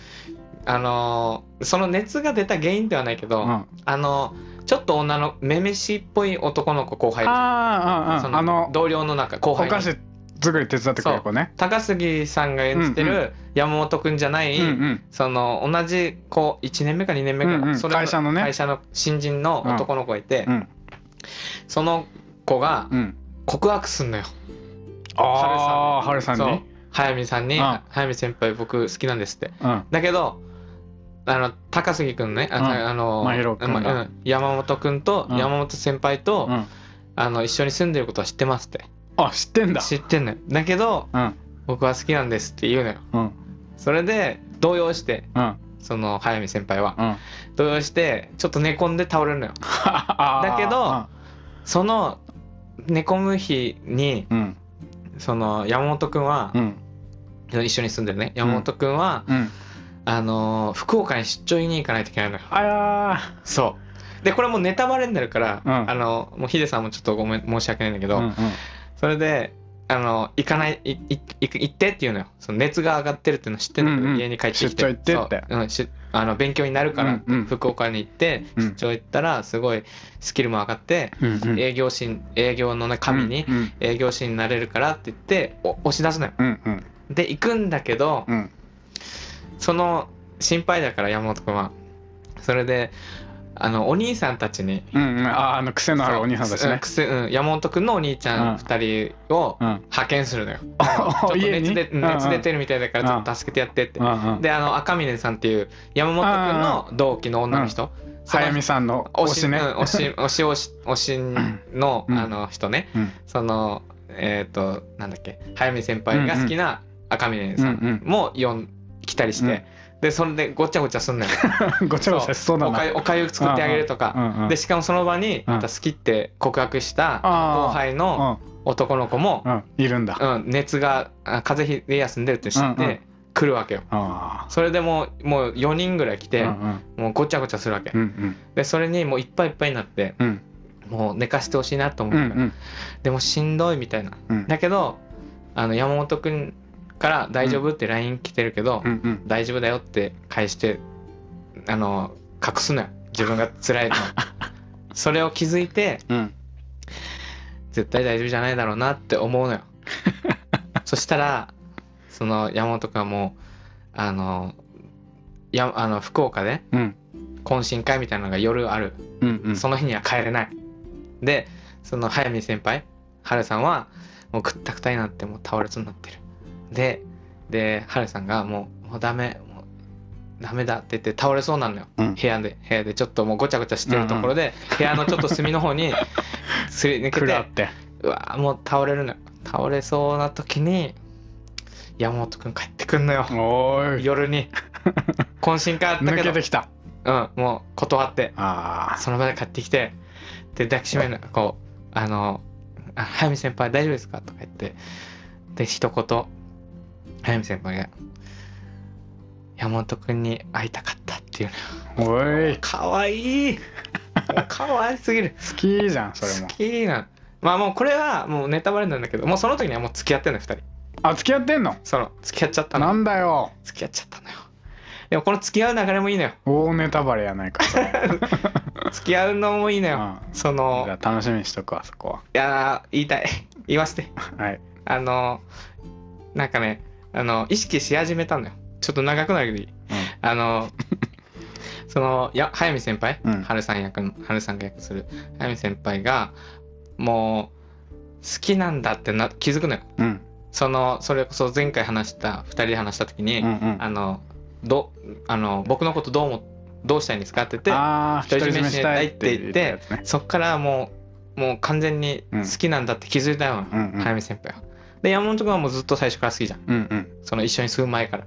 [SPEAKER 1] あのーその熱が出た原因ではないけ
[SPEAKER 2] う
[SPEAKER 1] ど、
[SPEAKER 2] んあ
[SPEAKER 1] あのちょっと女のめめしいっぽい男の子後輩
[SPEAKER 2] あー
[SPEAKER 1] そ
[SPEAKER 2] うんうんあ
[SPEAKER 1] の
[SPEAKER 2] の
[SPEAKER 1] 同僚の中後
[SPEAKER 2] お
[SPEAKER 1] 輩の
[SPEAKER 2] 菓子作り手伝ってくれる子ね
[SPEAKER 1] 高杉さんが演じて
[SPEAKER 2] うんう
[SPEAKER 1] る山本くんじゃな
[SPEAKER 2] う
[SPEAKER 1] い、
[SPEAKER 2] んうん
[SPEAKER 1] その同じこう1年目か2年目か、
[SPEAKER 2] うんうん
[SPEAKER 1] それ
[SPEAKER 2] 会社のね
[SPEAKER 1] 会社の新人の男の子がいて、
[SPEAKER 2] うん
[SPEAKER 1] その子が
[SPEAKER 2] うん
[SPEAKER 1] 告白すんのよ、
[SPEAKER 2] ああ春さん
[SPEAKER 1] そう
[SPEAKER 2] に
[SPEAKER 1] 早見さんに「
[SPEAKER 2] うん
[SPEAKER 1] 早見先輩僕好きなんです」って
[SPEAKER 2] うん
[SPEAKER 1] だけどあの高杉くんねあ,
[SPEAKER 2] うん
[SPEAKER 1] さ、あの
[SPEAKER 2] 真宙くんが
[SPEAKER 1] まうん山本くんと
[SPEAKER 2] うん
[SPEAKER 1] 山本先輩と、
[SPEAKER 2] うん
[SPEAKER 1] あの一緒に住んでることは知ってますって
[SPEAKER 2] あ知ってんだ
[SPEAKER 1] 知ってんのよだけど
[SPEAKER 2] うん
[SPEAKER 1] 僕は好きなんですって言うのよ
[SPEAKER 2] うん
[SPEAKER 1] それで動揺して
[SPEAKER 2] うん
[SPEAKER 1] その早見先輩は
[SPEAKER 2] うん
[SPEAKER 1] 動揺してちょっと寝込んで倒れるのよ
[SPEAKER 2] だ
[SPEAKER 1] けどその寝込む日に
[SPEAKER 2] うん
[SPEAKER 1] その山本くんは
[SPEAKER 2] う、ん
[SPEAKER 1] 一緒に住んでるね山本くんは、
[SPEAKER 2] うん
[SPEAKER 1] あの福岡に出張に行かないといけないのよ
[SPEAKER 2] あら
[SPEAKER 1] そうでこれもうネタバレになるから、
[SPEAKER 2] うん
[SPEAKER 1] あのもうヒデさんもちょっとごめん申し訳ないんだけ
[SPEAKER 2] ー
[SPEAKER 1] ど、
[SPEAKER 2] うんうん
[SPEAKER 1] それであの行かないいいい行ってっていうのよその熱が上がってるっていうの知ってんだけど、
[SPEAKER 2] うんうん
[SPEAKER 1] 家に帰ってきて
[SPEAKER 2] 出張行ってって
[SPEAKER 1] そううん、しあの勉強になるから、
[SPEAKER 2] うんうん
[SPEAKER 1] 福岡に行って
[SPEAKER 2] う
[SPEAKER 1] 出
[SPEAKER 2] ん
[SPEAKER 1] 張行ったらすごいスキルも上がって、
[SPEAKER 2] うんうん
[SPEAKER 1] 営業神営業のね神に、
[SPEAKER 2] うん
[SPEAKER 1] 営業神になれるからって言ってお押し出すのよ
[SPEAKER 2] うんうん
[SPEAKER 1] で行くんだけど、
[SPEAKER 2] うん
[SPEAKER 1] その心配だから山本君はそれであのお兄さんたちに
[SPEAKER 2] うんうんあーあの癖のあるお兄さんたち
[SPEAKER 1] そう
[SPEAKER 2] ね
[SPEAKER 1] くせうん、山本君のお兄ちゃ
[SPEAKER 2] うん
[SPEAKER 1] ん2人を
[SPEAKER 2] うん
[SPEAKER 1] 派遣するのよ、ちょっ
[SPEAKER 2] あ
[SPEAKER 1] と
[SPEAKER 2] 家
[SPEAKER 1] 熱
[SPEAKER 2] に
[SPEAKER 1] で
[SPEAKER 2] うん
[SPEAKER 1] 熱出てるみたいだからちょっと助けてやってって
[SPEAKER 2] う。んうん
[SPEAKER 1] であの赤嶺さんっていう山本君の同期の女の人、その
[SPEAKER 2] 早見さんの推しね
[SPEAKER 1] うん推し推し推 し推しの,、
[SPEAKER 2] うん
[SPEAKER 1] あの人ね
[SPEAKER 2] うん
[SPEAKER 1] そのえっ、となんだっけ早見先輩が好きな赤嶺さんも呼ん来たりして、でそれでごちゃごちゃすんのよ
[SPEAKER 2] ごちゃごちゃし そうだ
[SPEAKER 1] おか
[SPEAKER 2] な
[SPEAKER 1] ゆおかゆ作ってあげるとか、
[SPEAKER 2] うんうん
[SPEAKER 1] でしかもその場にまた好きって告白した
[SPEAKER 2] あ
[SPEAKER 1] 後
[SPEAKER 2] ー
[SPEAKER 1] 輩の男の子も
[SPEAKER 2] う、んうんいるんだ
[SPEAKER 1] うん、熱があ風邪ひいて休んでるって知っ
[SPEAKER 2] うんうん
[SPEAKER 1] て来るわけよ
[SPEAKER 2] あ
[SPEAKER 1] それでもうもう4人ぐらい来
[SPEAKER 2] ー
[SPEAKER 1] て、
[SPEAKER 2] うんうん
[SPEAKER 1] もうごちゃごちゃするわけ、
[SPEAKER 2] うん
[SPEAKER 1] でそれにもういっぱいいっぱいになって
[SPEAKER 2] うん
[SPEAKER 1] もう寝かしてほしいなと思
[SPEAKER 2] う
[SPEAKER 1] うんから、でもしんどいみたいな
[SPEAKER 2] うん
[SPEAKER 1] だけどあの山本君から「大丈夫?」って LINE 来てるけど
[SPEAKER 2] うんうん
[SPEAKER 1] 「大丈夫だよ」って返してあの隠すのよ自分が辛い のそれを気づいて
[SPEAKER 2] うん
[SPEAKER 1] 絶対大丈夫じゃないだろうなって思うの よそしたらその山本君はもうあのやあの福岡で
[SPEAKER 2] うん
[SPEAKER 1] 懇親会みたいなのが夜ある、
[SPEAKER 2] うんうん
[SPEAKER 1] その日には帰れないでその早見先輩春さんはもうくったくたになってもう倒れそうになってるででハルさんがもう「もうダメもうダメだ」って言って倒れそうなのよ、
[SPEAKER 2] うん
[SPEAKER 1] 部屋で部屋でちょっともうごちゃごちゃしてるところで、部屋のちょっと隅の方にすり抜け
[SPEAKER 2] くら
[SPEAKER 1] て
[SPEAKER 2] って
[SPEAKER 1] うわーもう倒れるのよ倒れそうな時に山本君帰ってくんのよ
[SPEAKER 2] おーい
[SPEAKER 1] 夜に懇親会あった
[SPEAKER 2] 抜
[SPEAKER 1] け
[SPEAKER 2] け
[SPEAKER 1] ど
[SPEAKER 2] てきた
[SPEAKER 1] うんもう断って
[SPEAKER 2] あ
[SPEAKER 1] その場で買ってきて、で、抱きしめるの、こう、あの、あ早見先輩大丈夫ですかとか言って、で、一言、早見先輩が、山本くんに会いたかったっていう
[SPEAKER 2] あおい
[SPEAKER 1] の。かわいいかわいすぎる。
[SPEAKER 2] 好きじゃんそれ
[SPEAKER 1] 好
[SPEAKER 2] も
[SPEAKER 1] きな。まあもうこれはもうネタバレなんだけど、もうその時にはもう付き合ってんのよ、二人。
[SPEAKER 2] あ付き合ってんの
[SPEAKER 1] その、付き合っちゃった
[SPEAKER 2] な
[SPEAKER 1] の。
[SPEAKER 2] んだよ
[SPEAKER 1] 付き合っちゃったのよ。でもこの付き合う流れもいいの よ。
[SPEAKER 2] 大ネタバレやな いかそれ
[SPEAKER 1] 付き合うのもいいの
[SPEAKER 2] う
[SPEAKER 1] よ。
[SPEAKER 2] ん
[SPEAKER 1] そ
[SPEAKER 2] じゃ
[SPEAKER 1] の、
[SPEAKER 2] あ楽しみにしとくわそこ
[SPEAKER 1] いやー言いた い。言わせて。
[SPEAKER 2] ははい
[SPEAKER 1] あの、なんかね、あの、意識し始めたのよ。ちょっと長くなるけどいい。あ の、その、いや、早見先輩、
[SPEAKER 2] うん
[SPEAKER 1] 春さん役の、春さんが役する早見先輩が、もう、好きなんだってな気づくのよ。
[SPEAKER 2] うんうん
[SPEAKER 1] その、それこそ前回話した、二人で話した時に、
[SPEAKER 2] うんうん
[SPEAKER 1] あの、どう、あの、僕のことどうも、どうしたいんですかって言って、
[SPEAKER 2] あー
[SPEAKER 1] 独り占めしたいって言って
[SPEAKER 2] やつね
[SPEAKER 1] そっからもう、もう完全に好きなんだって気づいたのよ、
[SPEAKER 2] うんうん
[SPEAKER 1] 早見先輩は。で、山本君はもうずっと最初から好きじゃん。
[SPEAKER 2] うんうん
[SPEAKER 1] その一緒に住む前から。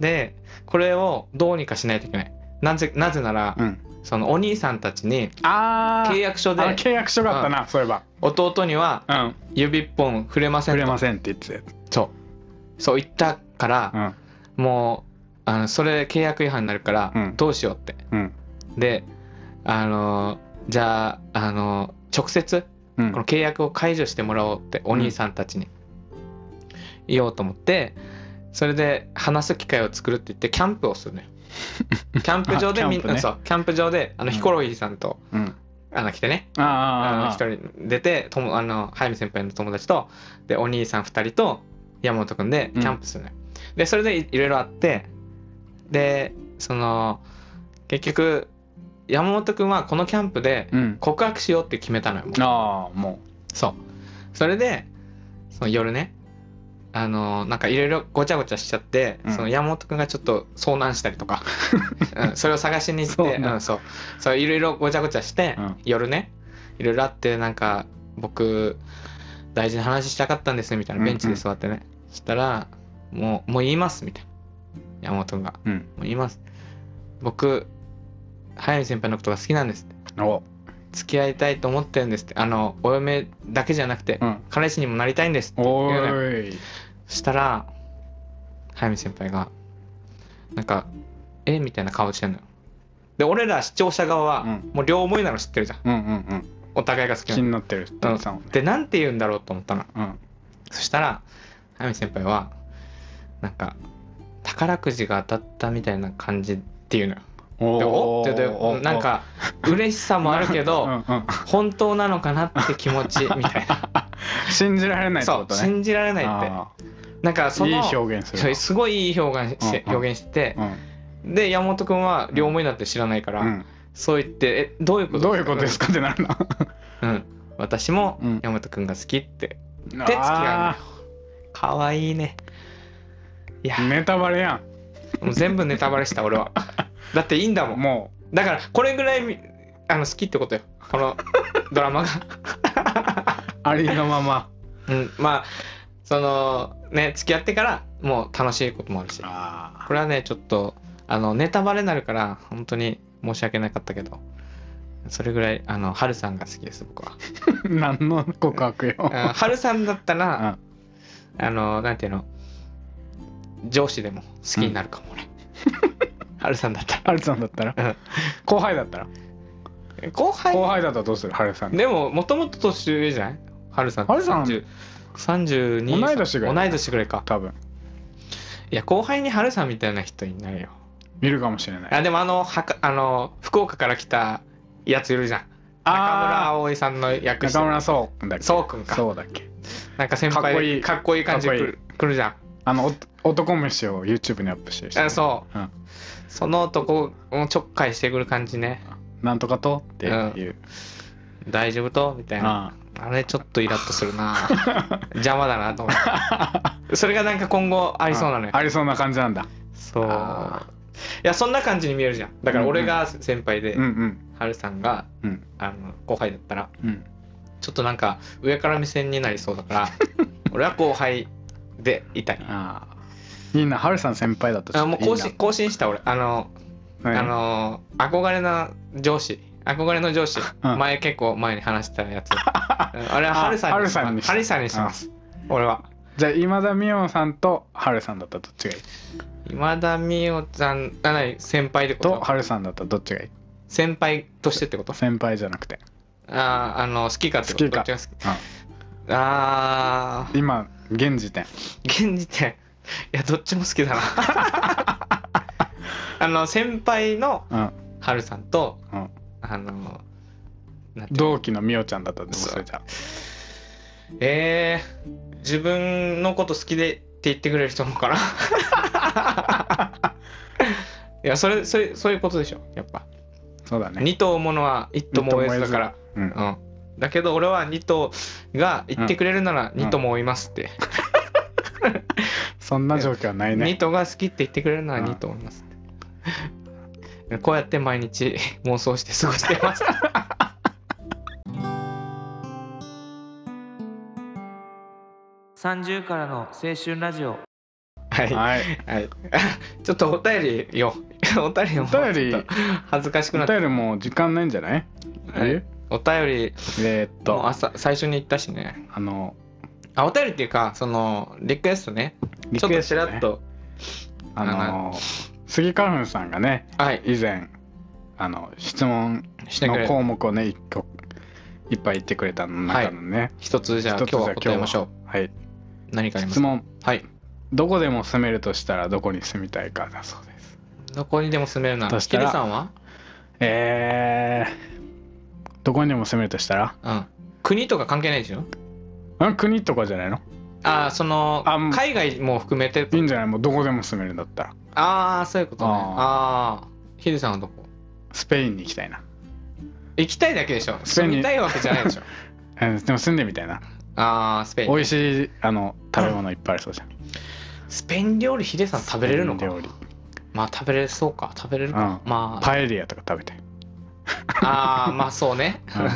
[SPEAKER 1] で、これをどうにかしないといけない。なぜなぜなら、
[SPEAKER 2] うん
[SPEAKER 1] そのお兄さんたちに
[SPEAKER 2] あー
[SPEAKER 1] 契約書
[SPEAKER 2] あの
[SPEAKER 1] で
[SPEAKER 2] 契約書があったなそういえば
[SPEAKER 1] 弟には
[SPEAKER 2] うん
[SPEAKER 1] 指一本触れません
[SPEAKER 2] 触
[SPEAKER 1] と
[SPEAKER 2] れませんって言ってたやつ
[SPEAKER 1] そうそう言ったから、もうあのそれ契約違反になるから、
[SPEAKER 2] うん
[SPEAKER 1] どうしようって
[SPEAKER 2] うんうん
[SPEAKER 1] であのじゃああの直接
[SPEAKER 2] うん
[SPEAKER 1] この契約を解除してもらおうってお兄さんたちに言おうと思ってそれで話す機会を作るって言ってキャンプをするのよ キャンプ場でみん
[SPEAKER 2] あキャンプね
[SPEAKER 1] なそうキャンプ場であの
[SPEAKER 2] うん
[SPEAKER 1] ヒコロヒーさんと、
[SPEAKER 2] うん
[SPEAKER 1] あの来てね
[SPEAKER 2] あー
[SPEAKER 1] あの
[SPEAKER 2] あーあー
[SPEAKER 1] 一人出てともあの早見先輩の友達とでお兄さん二人と山本君で
[SPEAKER 2] う
[SPEAKER 1] キ
[SPEAKER 2] ん
[SPEAKER 1] ャンプするのよ、でそれでいいろいろあってでその結局山本君はこのキャンプで
[SPEAKER 2] うん
[SPEAKER 1] 告白しようって決めたのよもう
[SPEAKER 2] ああも
[SPEAKER 1] そう。それで、その夜ね、あのなんかいろいろごちゃごちゃしちゃって、
[SPEAKER 2] うん
[SPEAKER 1] その山本くんがちょっと遭難したりと か、うん、それを探しに行って、
[SPEAKER 2] そう
[SPEAKER 1] う
[SPEAKER 2] なん
[SPEAKER 1] ん、そう。そういろいろごちゃごちゃして、
[SPEAKER 2] うん
[SPEAKER 1] 夜ね、いろいろあって、なんか僕、大事な話したかったんですみたいな、ベンチで座ってね。そしたら、もう、もう言いますみたいな。山本くんが。
[SPEAKER 2] ううん
[SPEAKER 1] もう言います。僕、早見先輩のことが好きなんですって。
[SPEAKER 2] お
[SPEAKER 1] 付き合いたいと思ってるんですって。あの、お嫁だけじゃなくて、
[SPEAKER 2] うん
[SPEAKER 1] 彼氏にもなりたいんです
[SPEAKER 2] おーい
[SPEAKER 1] そしたら早見先輩がなんか「えみたいな顔してんのよで俺ら視聴者側は、
[SPEAKER 2] うん
[SPEAKER 1] もう両思いなの知ってるじゃん
[SPEAKER 2] うんうんうん
[SPEAKER 1] お互いが好きな
[SPEAKER 2] 気
[SPEAKER 1] の
[SPEAKER 2] になってるたくさんはね
[SPEAKER 1] でなんて言うんだろうと思ったの
[SPEAKER 2] うん
[SPEAKER 1] そしたら早見先輩はなんか宝くじが当たったみたいな感じっていうのよ
[SPEAKER 2] お
[SPEAKER 1] でおっ
[SPEAKER 2] ー
[SPEAKER 1] てでなんか嬉しさもあるけ
[SPEAKER 2] う
[SPEAKER 1] ど
[SPEAKER 2] んうん
[SPEAKER 1] 本当なのかなって気持ちみ たいな
[SPEAKER 2] 信じられないって
[SPEAKER 1] そ
[SPEAKER 2] こ
[SPEAKER 1] う
[SPEAKER 2] とね
[SPEAKER 1] 信じられないって
[SPEAKER 2] あ
[SPEAKER 1] なんかそ
[SPEAKER 2] ー
[SPEAKER 1] の
[SPEAKER 2] いい表現す
[SPEAKER 1] そう
[SPEAKER 2] る
[SPEAKER 1] すごいいい表現して、
[SPEAKER 2] うんうん
[SPEAKER 1] 表現して
[SPEAKER 2] わ
[SPEAKER 1] で山本君は両思いなんて知らないから、
[SPEAKER 2] うんうん
[SPEAKER 1] そう言って「えどういうこと
[SPEAKER 2] どういうことですかってな るな
[SPEAKER 1] うん、私も
[SPEAKER 2] うん
[SPEAKER 1] 山本君が好きって、
[SPEAKER 2] で
[SPEAKER 1] で付き合うのかわいいねいや
[SPEAKER 2] ネタバレや
[SPEAKER 1] もう全部ネタバレした俺はだっていいんだも
[SPEAKER 2] ん
[SPEAKER 1] ん
[SPEAKER 2] も
[SPEAKER 1] だからこれぐらいみあの好きってことよこのドラマが、
[SPEAKER 2] うありのまま
[SPEAKER 1] うん、まあそのね付き合ってからもう楽しいこともあるし
[SPEAKER 2] あ
[SPEAKER 1] これはねちょっとあのネタバレになるから本当に申し訳なかったけどそれぐらいあの春さんが好きです僕は
[SPEAKER 2] ー何の告白よ
[SPEAKER 1] あ春さんだった ら、あのなんていうの上司でも好きになるかも俺、春さんだった
[SPEAKER 2] ハルさんだった
[SPEAKER 1] うん
[SPEAKER 2] ら後輩だったら
[SPEAKER 1] ら後輩
[SPEAKER 2] 後輩だったらどうするハルさん
[SPEAKER 1] でももともと年上じゃない春さんって
[SPEAKER 2] 春さん
[SPEAKER 1] 30 32
[SPEAKER 2] 同い年ぐらい
[SPEAKER 1] 同い年ぐらいか
[SPEAKER 2] 多分
[SPEAKER 1] いや後輩に春さんみたいな人になるよ
[SPEAKER 2] 見るかもしれない
[SPEAKER 1] あでもあのはかあの福岡から来たやついるじゃん中村
[SPEAKER 2] あ
[SPEAKER 1] 葵さんの
[SPEAKER 2] ー
[SPEAKER 1] 役して
[SPEAKER 2] 中村そうだっけ
[SPEAKER 1] そうくんか
[SPEAKER 2] そうだっけ
[SPEAKER 1] なんか先輩
[SPEAKER 2] かっこいい
[SPEAKER 1] かっこいい感じで来る来るじゃん
[SPEAKER 2] あのお男飯を YouTube にアップしてる人
[SPEAKER 1] あそう
[SPEAKER 2] うん
[SPEAKER 1] うその男をちょっかいしてくる感じね
[SPEAKER 2] なんとかとっていう
[SPEAKER 1] 大丈夫とみたいな
[SPEAKER 2] あ
[SPEAKER 1] あれちょっとイラッとするな邪魔だなと思ってそれがなんか今後ありそうなのよ
[SPEAKER 2] あありそうな感じなんだ
[SPEAKER 1] そう
[SPEAKER 2] あ
[SPEAKER 1] いやそんな感じに見えるじゃんだから俺が先輩で、
[SPEAKER 2] うんうん
[SPEAKER 1] ハルさんが
[SPEAKER 2] うん
[SPEAKER 1] あの後輩だったら
[SPEAKER 2] うん
[SPEAKER 1] ちょっとなんか上から目線になりそうだから 俺は後輩でいたい
[SPEAKER 2] ああいいなハルさん先輩だと
[SPEAKER 1] あもう更新
[SPEAKER 2] いい
[SPEAKER 1] 更新した俺あの、
[SPEAKER 2] なはい
[SPEAKER 1] あの憧れの上司憧れの上司、
[SPEAKER 2] うん
[SPEAKER 1] 前結構前に話したや つうんあれはハルさん
[SPEAKER 2] ハルさんに
[SPEAKER 1] にハルさんにします俺は
[SPEAKER 2] じゃあ今田美桜さんとハルさんだったらどっちがいい
[SPEAKER 1] 今田美桜ちゃんあ何先輩ってこと
[SPEAKER 2] とハルさんだったらどっちがいい
[SPEAKER 1] 先輩としてってこと
[SPEAKER 2] 先輩じゃなくて
[SPEAKER 1] あーあの好きかってこと
[SPEAKER 2] 好きか
[SPEAKER 1] どっちが好きあー
[SPEAKER 2] 今現時点
[SPEAKER 1] 現時点いやどっちも好きだ なあの先輩の
[SPEAKER 2] うん
[SPEAKER 1] ハルさんと
[SPEAKER 2] うん
[SPEAKER 1] あのなんていうの
[SPEAKER 2] 同期の美桜ちゃんだったってことそれじゃ
[SPEAKER 1] えー、自分のこと好きでって言ってくれる人の方かな いやそれそれそういうことでしょやっぱ、
[SPEAKER 2] そうだね
[SPEAKER 1] 二頭ものは一頭も追えずだから
[SPEAKER 2] うん
[SPEAKER 1] うん、だけど俺は2頭が言ってくれるなら2頭も追いますって、
[SPEAKER 2] そんな状況はない
[SPEAKER 1] ニ
[SPEAKER 2] ね
[SPEAKER 1] ートが好きって言ってくれるのはニート思います、こうやって毎日 妄想して過ごしてます。
[SPEAKER 3] 30からの青春ラジオ
[SPEAKER 1] はい。は
[SPEAKER 2] はい
[SPEAKER 1] い。 ちょっとお便りよ。 お便りをもうちょっ
[SPEAKER 2] お便り
[SPEAKER 1] と恥ずかしくな
[SPEAKER 2] お
[SPEAKER 1] って。
[SPEAKER 2] 便りもう時間ないんじゃない
[SPEAKER 1] はい
[SPEAKER 2] え
[SPEAKER 1] お便り、
[SPEAKER 2] えーっ
[SPEAKER 1] もう
[SPEAKER 2] と
[SPEAKER 1] 朝、最初に言ったしね。
[SPEAKER 2] あの
[SPEAKER 1] あ、お便りっていうか、その、リクエストね。
[SPEAKER 2] リ
[SPEAKER 1] ちょっ
[SPEAKER 2] クエ
[SPEAKER 1] と
[SPEAKER 2] ス
[SPEAKER 1] ち
[SPEAKER 2] ト
[SPEAKER 1] ら
[SPEAKER 2] ね
[SPEAKER 1] っと。
[SPEAKER 2] あの杉花粉さんがね
[SPEAKER 1] はい。
[SPEAKER 2] 以前あの質問
[SPEAKER 1] してくれ
[SPEAKER 2] の
[SPEAKER 1] る。
[SPEAKER 2] 項目をね一個いっぱい言ってくれたの中のね、
[SPEAKER 1] 一つじゃあ今
[SPEAKER 2] 一つ
[SPEAKER 1] 日は答えましょう。
[SPEAKER 2] はい
[SPEAKER 1] 何かありま
[SPEAKER 2] 質
[SPEAKER 1] すか
[SPEAKER 2] 問
[SPEAKER 1] はい。
[SPEAKER 2] どこでも住めるとしたらどこに住みたいかだそうです
[SPEAKER 1] どこにでも住めるな。
[SPEAKER 2] そした
[SPEAKER 1] ヒ
[SPEAKER 2] ら
[SPEAKER 1] デさんは
[SPEAKER 2] えー、どこにでも住めるとしたら
[SPEAKER 1] うん。国とか関係ないでしょ
[SPEAKER 2] あ国とかじゃないの
[SPEAKER 1] ああ、その
[SPEAKER 2] あもう、
[SPEAKER 1] 海外も含めて
[SPEAKER 2] いいんじゃないもうどこでも住めるんだったら
[SPEAKER 1] ああそういうことね
[SPEAKER 2] あー
[SPEAKER 1] ああーヒデさんはどこ
[SPEAKER 2] スペインに行きたいな、
[SPEAKER 1] 行きたいだけでしょ
[SPEAKER 2] ス
[SPEAKER 1] 住
[SPEAKER 2] ペインに
[SPEAKER 1] みたいわけじゃないでしょ
[SPEAKER 2] えーでも住んでみたいな
[SPEAKER 1] ああスペイン
[SPEAKER 2] 美味しいあの食べ物いっぱいありそうじゃん
[SPEAKER 1] スペイン料理ヒデさん食べれるのか
[SPEAKER 2] スペイン料
[SPEAKER 1] まあ食べれそうか食べれるか、
[SPEAKER 2] うん
[SPEAKER 1] まあ
[SPEAKER 2] パエリアとか食べたい
[SPEAKER 1] あーまあそうね、
[SPEAKER 2] うん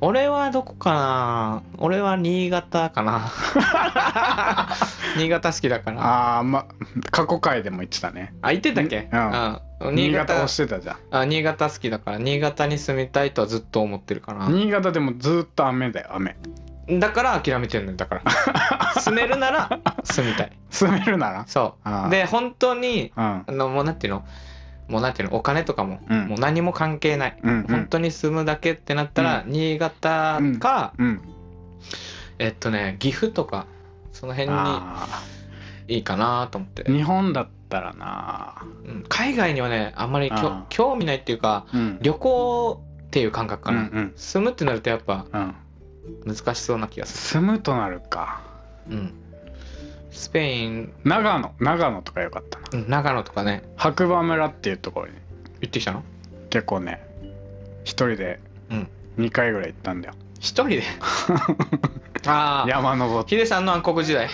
[SPEAKER 1] 俺はどこかな俺は新潟か な新潟好きだからあ
[SPEAKER 2] ああま過去回でも言ってたね
[SPEAKER 1] 行ってたっけ、うん
[SPEAKER 2] 新
[SPEAKER 1] 新
[SPEAKER 2] 潟
[SPEAKER 1] 潟
[SPEAKER 2] 押してたじゃん
[SPEAKER 1] あ新潟好きだから新潟に住みたいとはずっと思ってるから
[SPEAKER 2] 新潟でもずーっと雨だよ雨
[SPEAKER 1] だから諦めてるのよだから 住めるなら住みたい
[SPEAKER 2] 住めるなら
[SPEAKER 1] そ
[SPEAKER 2] あー
[SPEAKER 1] う。で、本当に、
[SPEAKER 2] うん
[SPEAKER 1] あのもうなんていうの、もうなんていうの、お金とかも、
[SPEAKER 2] うん
[SPEAKER 1] もう何も関係ない。
[SPEAKER 2] うんう
[SPEAKER 1] 本
[SPEAKER 2] ん
[SPEAKER 1] 当に住むだけってなったら、新潟か、
[SPEAKER 2] うん
[SPEAKER 1] えっとね、岐阜とか、その辺に
[SPEAKER 2] あ
[SPEAKER 1] いいかなと思って
[SPEAKER 2] ー、日本だったらな
[SPEAKER 1] うん海外にはね、あんまりきょ
[SPEAKER 2] あー
[SPEAKER 1] 興味ないっていうか、
[SPEAKER 2] うん
[SPEAKER 1] 旅行っていう感覚か
[SPEAKER 2] うんう
[SPEAKER 1] な。
[SPEAKER 2] ん
[SPEAKER 1] 住むってなるとやっぱ
[SPEAKER 2] うん
[SPEAKER 1] 難しそうな気がす
[SPEAKER 2] 住むとなるか
[SPEAKER 1] る。うん。スペイン、
[SPEAKER 2] 長野長野とかよかったな
[SPEAKER 1] うん長野とかね、
[SPEAKER 2] 白馬村っていうところに
[SPEAKER 1] 行ってきたの
[SPEAKER 2] 結構ね一人で
[SPEAKER 1] うん
[SPEAKER 2] 2回ぐらい行ったんだよ、
[SPEAKER 1] 一人で。ああ、
[SPEAKER 2] 山登って
[SPEAKER 1] ヒデさんの暗黒時代。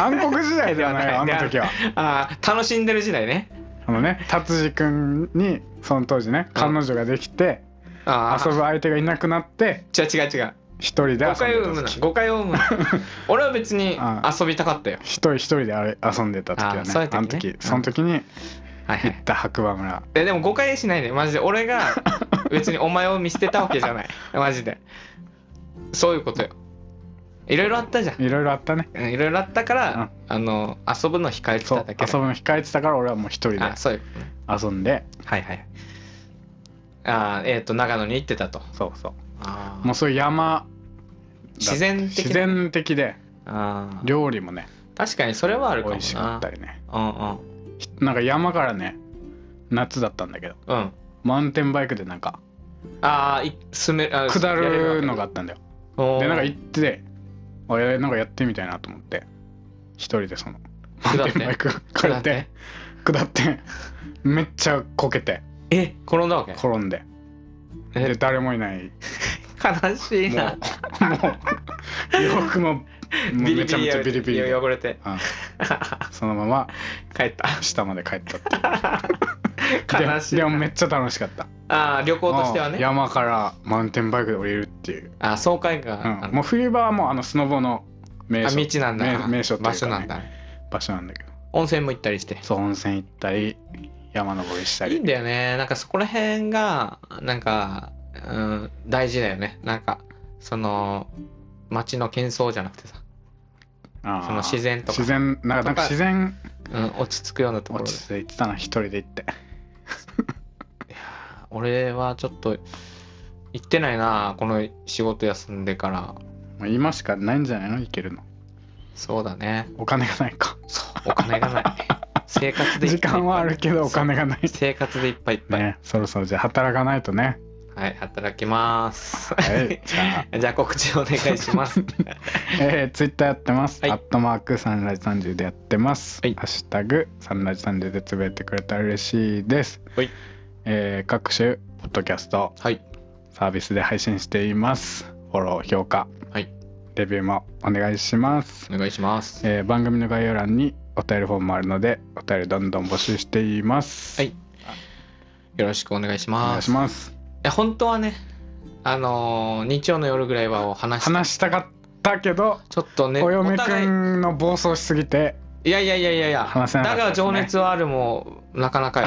[SPEAKER 2] 暗黒時代ではな いよあ
[SPEAKER 1] で
[SPEAKER 2] の
[SPEAKER 1] はない
[SPEAKER 2] 時は
[SPEAKER 1] ああ楽しんでる時代ね
[SPEAKER 2] あのね達治君にその当時ね彼女ができて
[SPEAKER 1] ああ
[SPEAKER 2] 遊ぶ相手がいなくなって
[SPEAKER 1] 違う違う違う
[SPEAKER 2] 一人で遊
[SPEAKER 1] 誤
[SPEAKER 2] んで
[SPEAKER 1] 解を生む
[SPEAKER 2] た
[SPEAKER 1] な
[SPEAKER 2] 時
[SPEAKER 1] 誤解を生む な俺は別に
[SPEAKER 2] あ
[SPEAKER 1] 遊びたかったよ
[SPEAKER 2] 一人一人であれ遊んでた時は
[SPEAKER 1] あ
[SPEAKER 2] ね
[SPEAKER 1] そういう時ね
[SPEAKER 2] あの時その時に
[SPEAKER 1] はいは
[SPEAKER 2] 行っ
[SPEAKER 1] い
[SPEAKER 2] た白馬村
[SPEAKER 1] ででも誤解しないでマジで俺 が別にお前を見捨てたわけじゃないマジでそういうことよいろいろあったじゃん
[SPEAKER 2] いろいろあったね
[SPEAKER 1] うんいろいろあったから、あの遊ぶの控えて
[SPEAKER 2] そう
[SPEAKER 1] た
[SPEAKER 2] 遊ぶ
[SPEAKER 1] だけだ
[SPEAKER 2] の控えてたから俺はもう一人で
[SPEAKER 1] あそういうことね
[SPEAKER 2] 遊んで
[SPEAKER 1] はいはいああえっ、と長野に行ってたと
[SPEAKER 2] そうそう
[SPEAKER 1] あ
[SPEAKER 2] もうそういう山だ
[SPEAKER 1] 自然的な
[SPEAKER 2] 自然的で
[SPEAKER 1] あー
[SPEAKER 2] 料理もね
[SPEAKER 1] 確かにそれはあるか
[SPEAKER 2] 美
[SPEAKER 1] も
[SPEAKER 2] 味しか
[SPEAKER 1] な
[SPEAKER 2] ったりね
[SPEAKER 1] うんうん
[SPEAKER 2] ひなんか山からね夏だったんだけど
[SPEAKER 1] うん
[SPEAKER 2] マウンテンバイクでなんか
[SPEAKER 1] ああ、い進め、あ
[SPEAKER 2] 下るのがあったんだよ
[SPEAKER 1] で
[SPEAKER 2] でなんか行っててあやなんかやってみたいなと思って一人でそのマウ
[SPEAKER 1] 下って
[SPEAKER 2] ンテンバイク借りて下ってめっちゃこけて
[SPEAKER 1] え、転んだわけ
[SPEAKER 2] 転んで
[SPEAKER 1] え
[SPEAKER 2] で誰もいない
[SPEAKER 1] 悲しい
[SPEAKER 2] も
[SPEAKER 1] な。
[SPEAKER 2] うもう洋服ももうめちゃめちゃビリビリで、うん、
[SPEAKER 1] 汚れて
[SPEAKER 2] そのまま
[SPEAKER 1] 帰った
[SPEAKER 2] 下まで帰ったっていう
[SPEAKER 1] 悲しい
[SPEAKER 2] で
[SPEAKER 1] な
[SPEAKER 2] もめっちゃ楽しかった
[SPEAKER 1] ああ旅行としては
[SPEAKER 2] う
[SPEAKER 1] ね
[SPEAKER 2] ん山からマウンテンバイクで降りるっていう、
[SPEAKER 1] ああ爽快感、
[SPEAKER 2] うん
[SPEAKER 1] あの
[SPEAKER 2] もう冬場はもうあのスノボの名
[SPEAKER 1] あ
[SPEAKER 2] 所
[SPEAKER 1] 道なんだ
[SPEAKER 2] 名名所っていうかね
[SPEAKER 1] 場所なんだ
[SPEAKER 2] 場所なんだけど
[SPEAKER 1] 温泉も行ったりして
[SPEAKER 2] そう温泉行ったり山登りした
[SPEAKER 1] いい
[SPEAKER 2] り
[SPEAKER 1] んだよねなんかそこら辺がなんか、うん、大事だよねなんかその街の喧騒じゃなくてさ、
[SPEAKER 2] あー
[SPEAKER 1] その自然とか
[SPEAKER 2] 自然なんかなんか自然
[SPEAKER 1] うん、落ち着くようなところ
[SPEAKER 2] 落
[SPEAKER 1] で
[SPEAKER 2] ち着いてたな一人で行って
[SPEAKER 1] 俺はちょっと行ってないなこの仕事休んでから
[SPEAKER 2] もう今しかないんじゃないの行けるの
[SPEAKER 1] そうだね
[SPEAKER 2] お金がないか
[SPEAKER 1] そうお金 がない生活でいっ
[SPEAKER 2] 時
[SPEAKER 1] ぱいいっぱい
[SPEAKER 2] 間はあるけどお金がない
[SPEAKER 1] 生活でいっぱいいっぱい、
[SPEAKER 2] ねそろそろじゃあ働かないとね
[SPEAKER 1] はい働きます
[SPEAKER 2] はいじゃ
[SPEAKER 1] じゃあ告知お願いします
[SPEAKER 2] えー、ツイッターやってます、
[SPEAKER 1] はい
[SPEAKER 2] アットマークサンライズ30でやってます、
[SPEAKER 1] はい
[SPEAKER 2] ハッシュタグサンライズ30でつぶやいてくれたら嬉しいです、
[SPEAKER 1] はい
[SPEAKER 2] えー各種ポッドキャスト
[SPEAKER 1] はい
[SPEAKER 2] サービスで配信していますフォロー評価
[SPEAKER 1] はい
[SPEAKER 2] レビューもお願いします、
[SPEAKER 1] お願いします
[SPEAKER 2] えー番組の概要欄にお便りフォームもあるのでお便りどんどん募集しています
[SPEAKER 1] はいよろしくお願いし
[SPEAKER 2] お願
[SPEAKER 1] ます
[SPEAKER 2] いします
[SPEAKER 1] いや本当はねあのー日曜の夜ぐらいはお話し
[SPEAKER 2] 話したかったけど
[SPEAKER 1] ちょっとね
[SPEAKER 2] お嫁く
[SPEAKER 1] 互い
[SPEAKER 2] んの暴走しすぎて
[SPEAKER 1] いやいやいやいやいや
[SPEAKER 2] 話せなか
[SPEAKER 1] だ
[SPEAKER 2] った
[SPEAKER 1] が
[SPEAKER 2] ですね
[SPEAKER 1] 情熱はあるもなかな かよ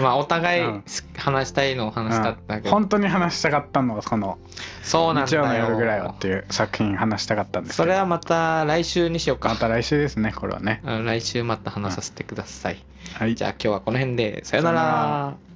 [SPEAKER 1] まあお互い
[SPEAKER 2] うん
[SPEAKER 1] 話したいのを話したんだけど、
[SPEAKER 2] 本当に話したかったのがこの
[SPEAKER 1] そうなん
[SPEAKER 2] 日
[SPEAKER 1] だ
[SPEAKER 2] 曜の
[SPEAKER 1] よ
[SPEAKER 2] 夜ぐらいはっていう作品話したかったんですけ
[SPEAKER 1] そ
[SPEAKER 2] ど
[SPEAKER 1] れはまた来週にしよう
[SPEAKER 2] ま
[SPEAKER 1] か
[SPEAKER 2] た来週ですねこれはね
[SPEAKER 1] うん来週また話させてください、
[SPEAKER 2] はい
[SPEAKER 1] じゃあ今日はこの辺でさよな
[SPEAKER 2] さよな
[SPEAKER 1] ら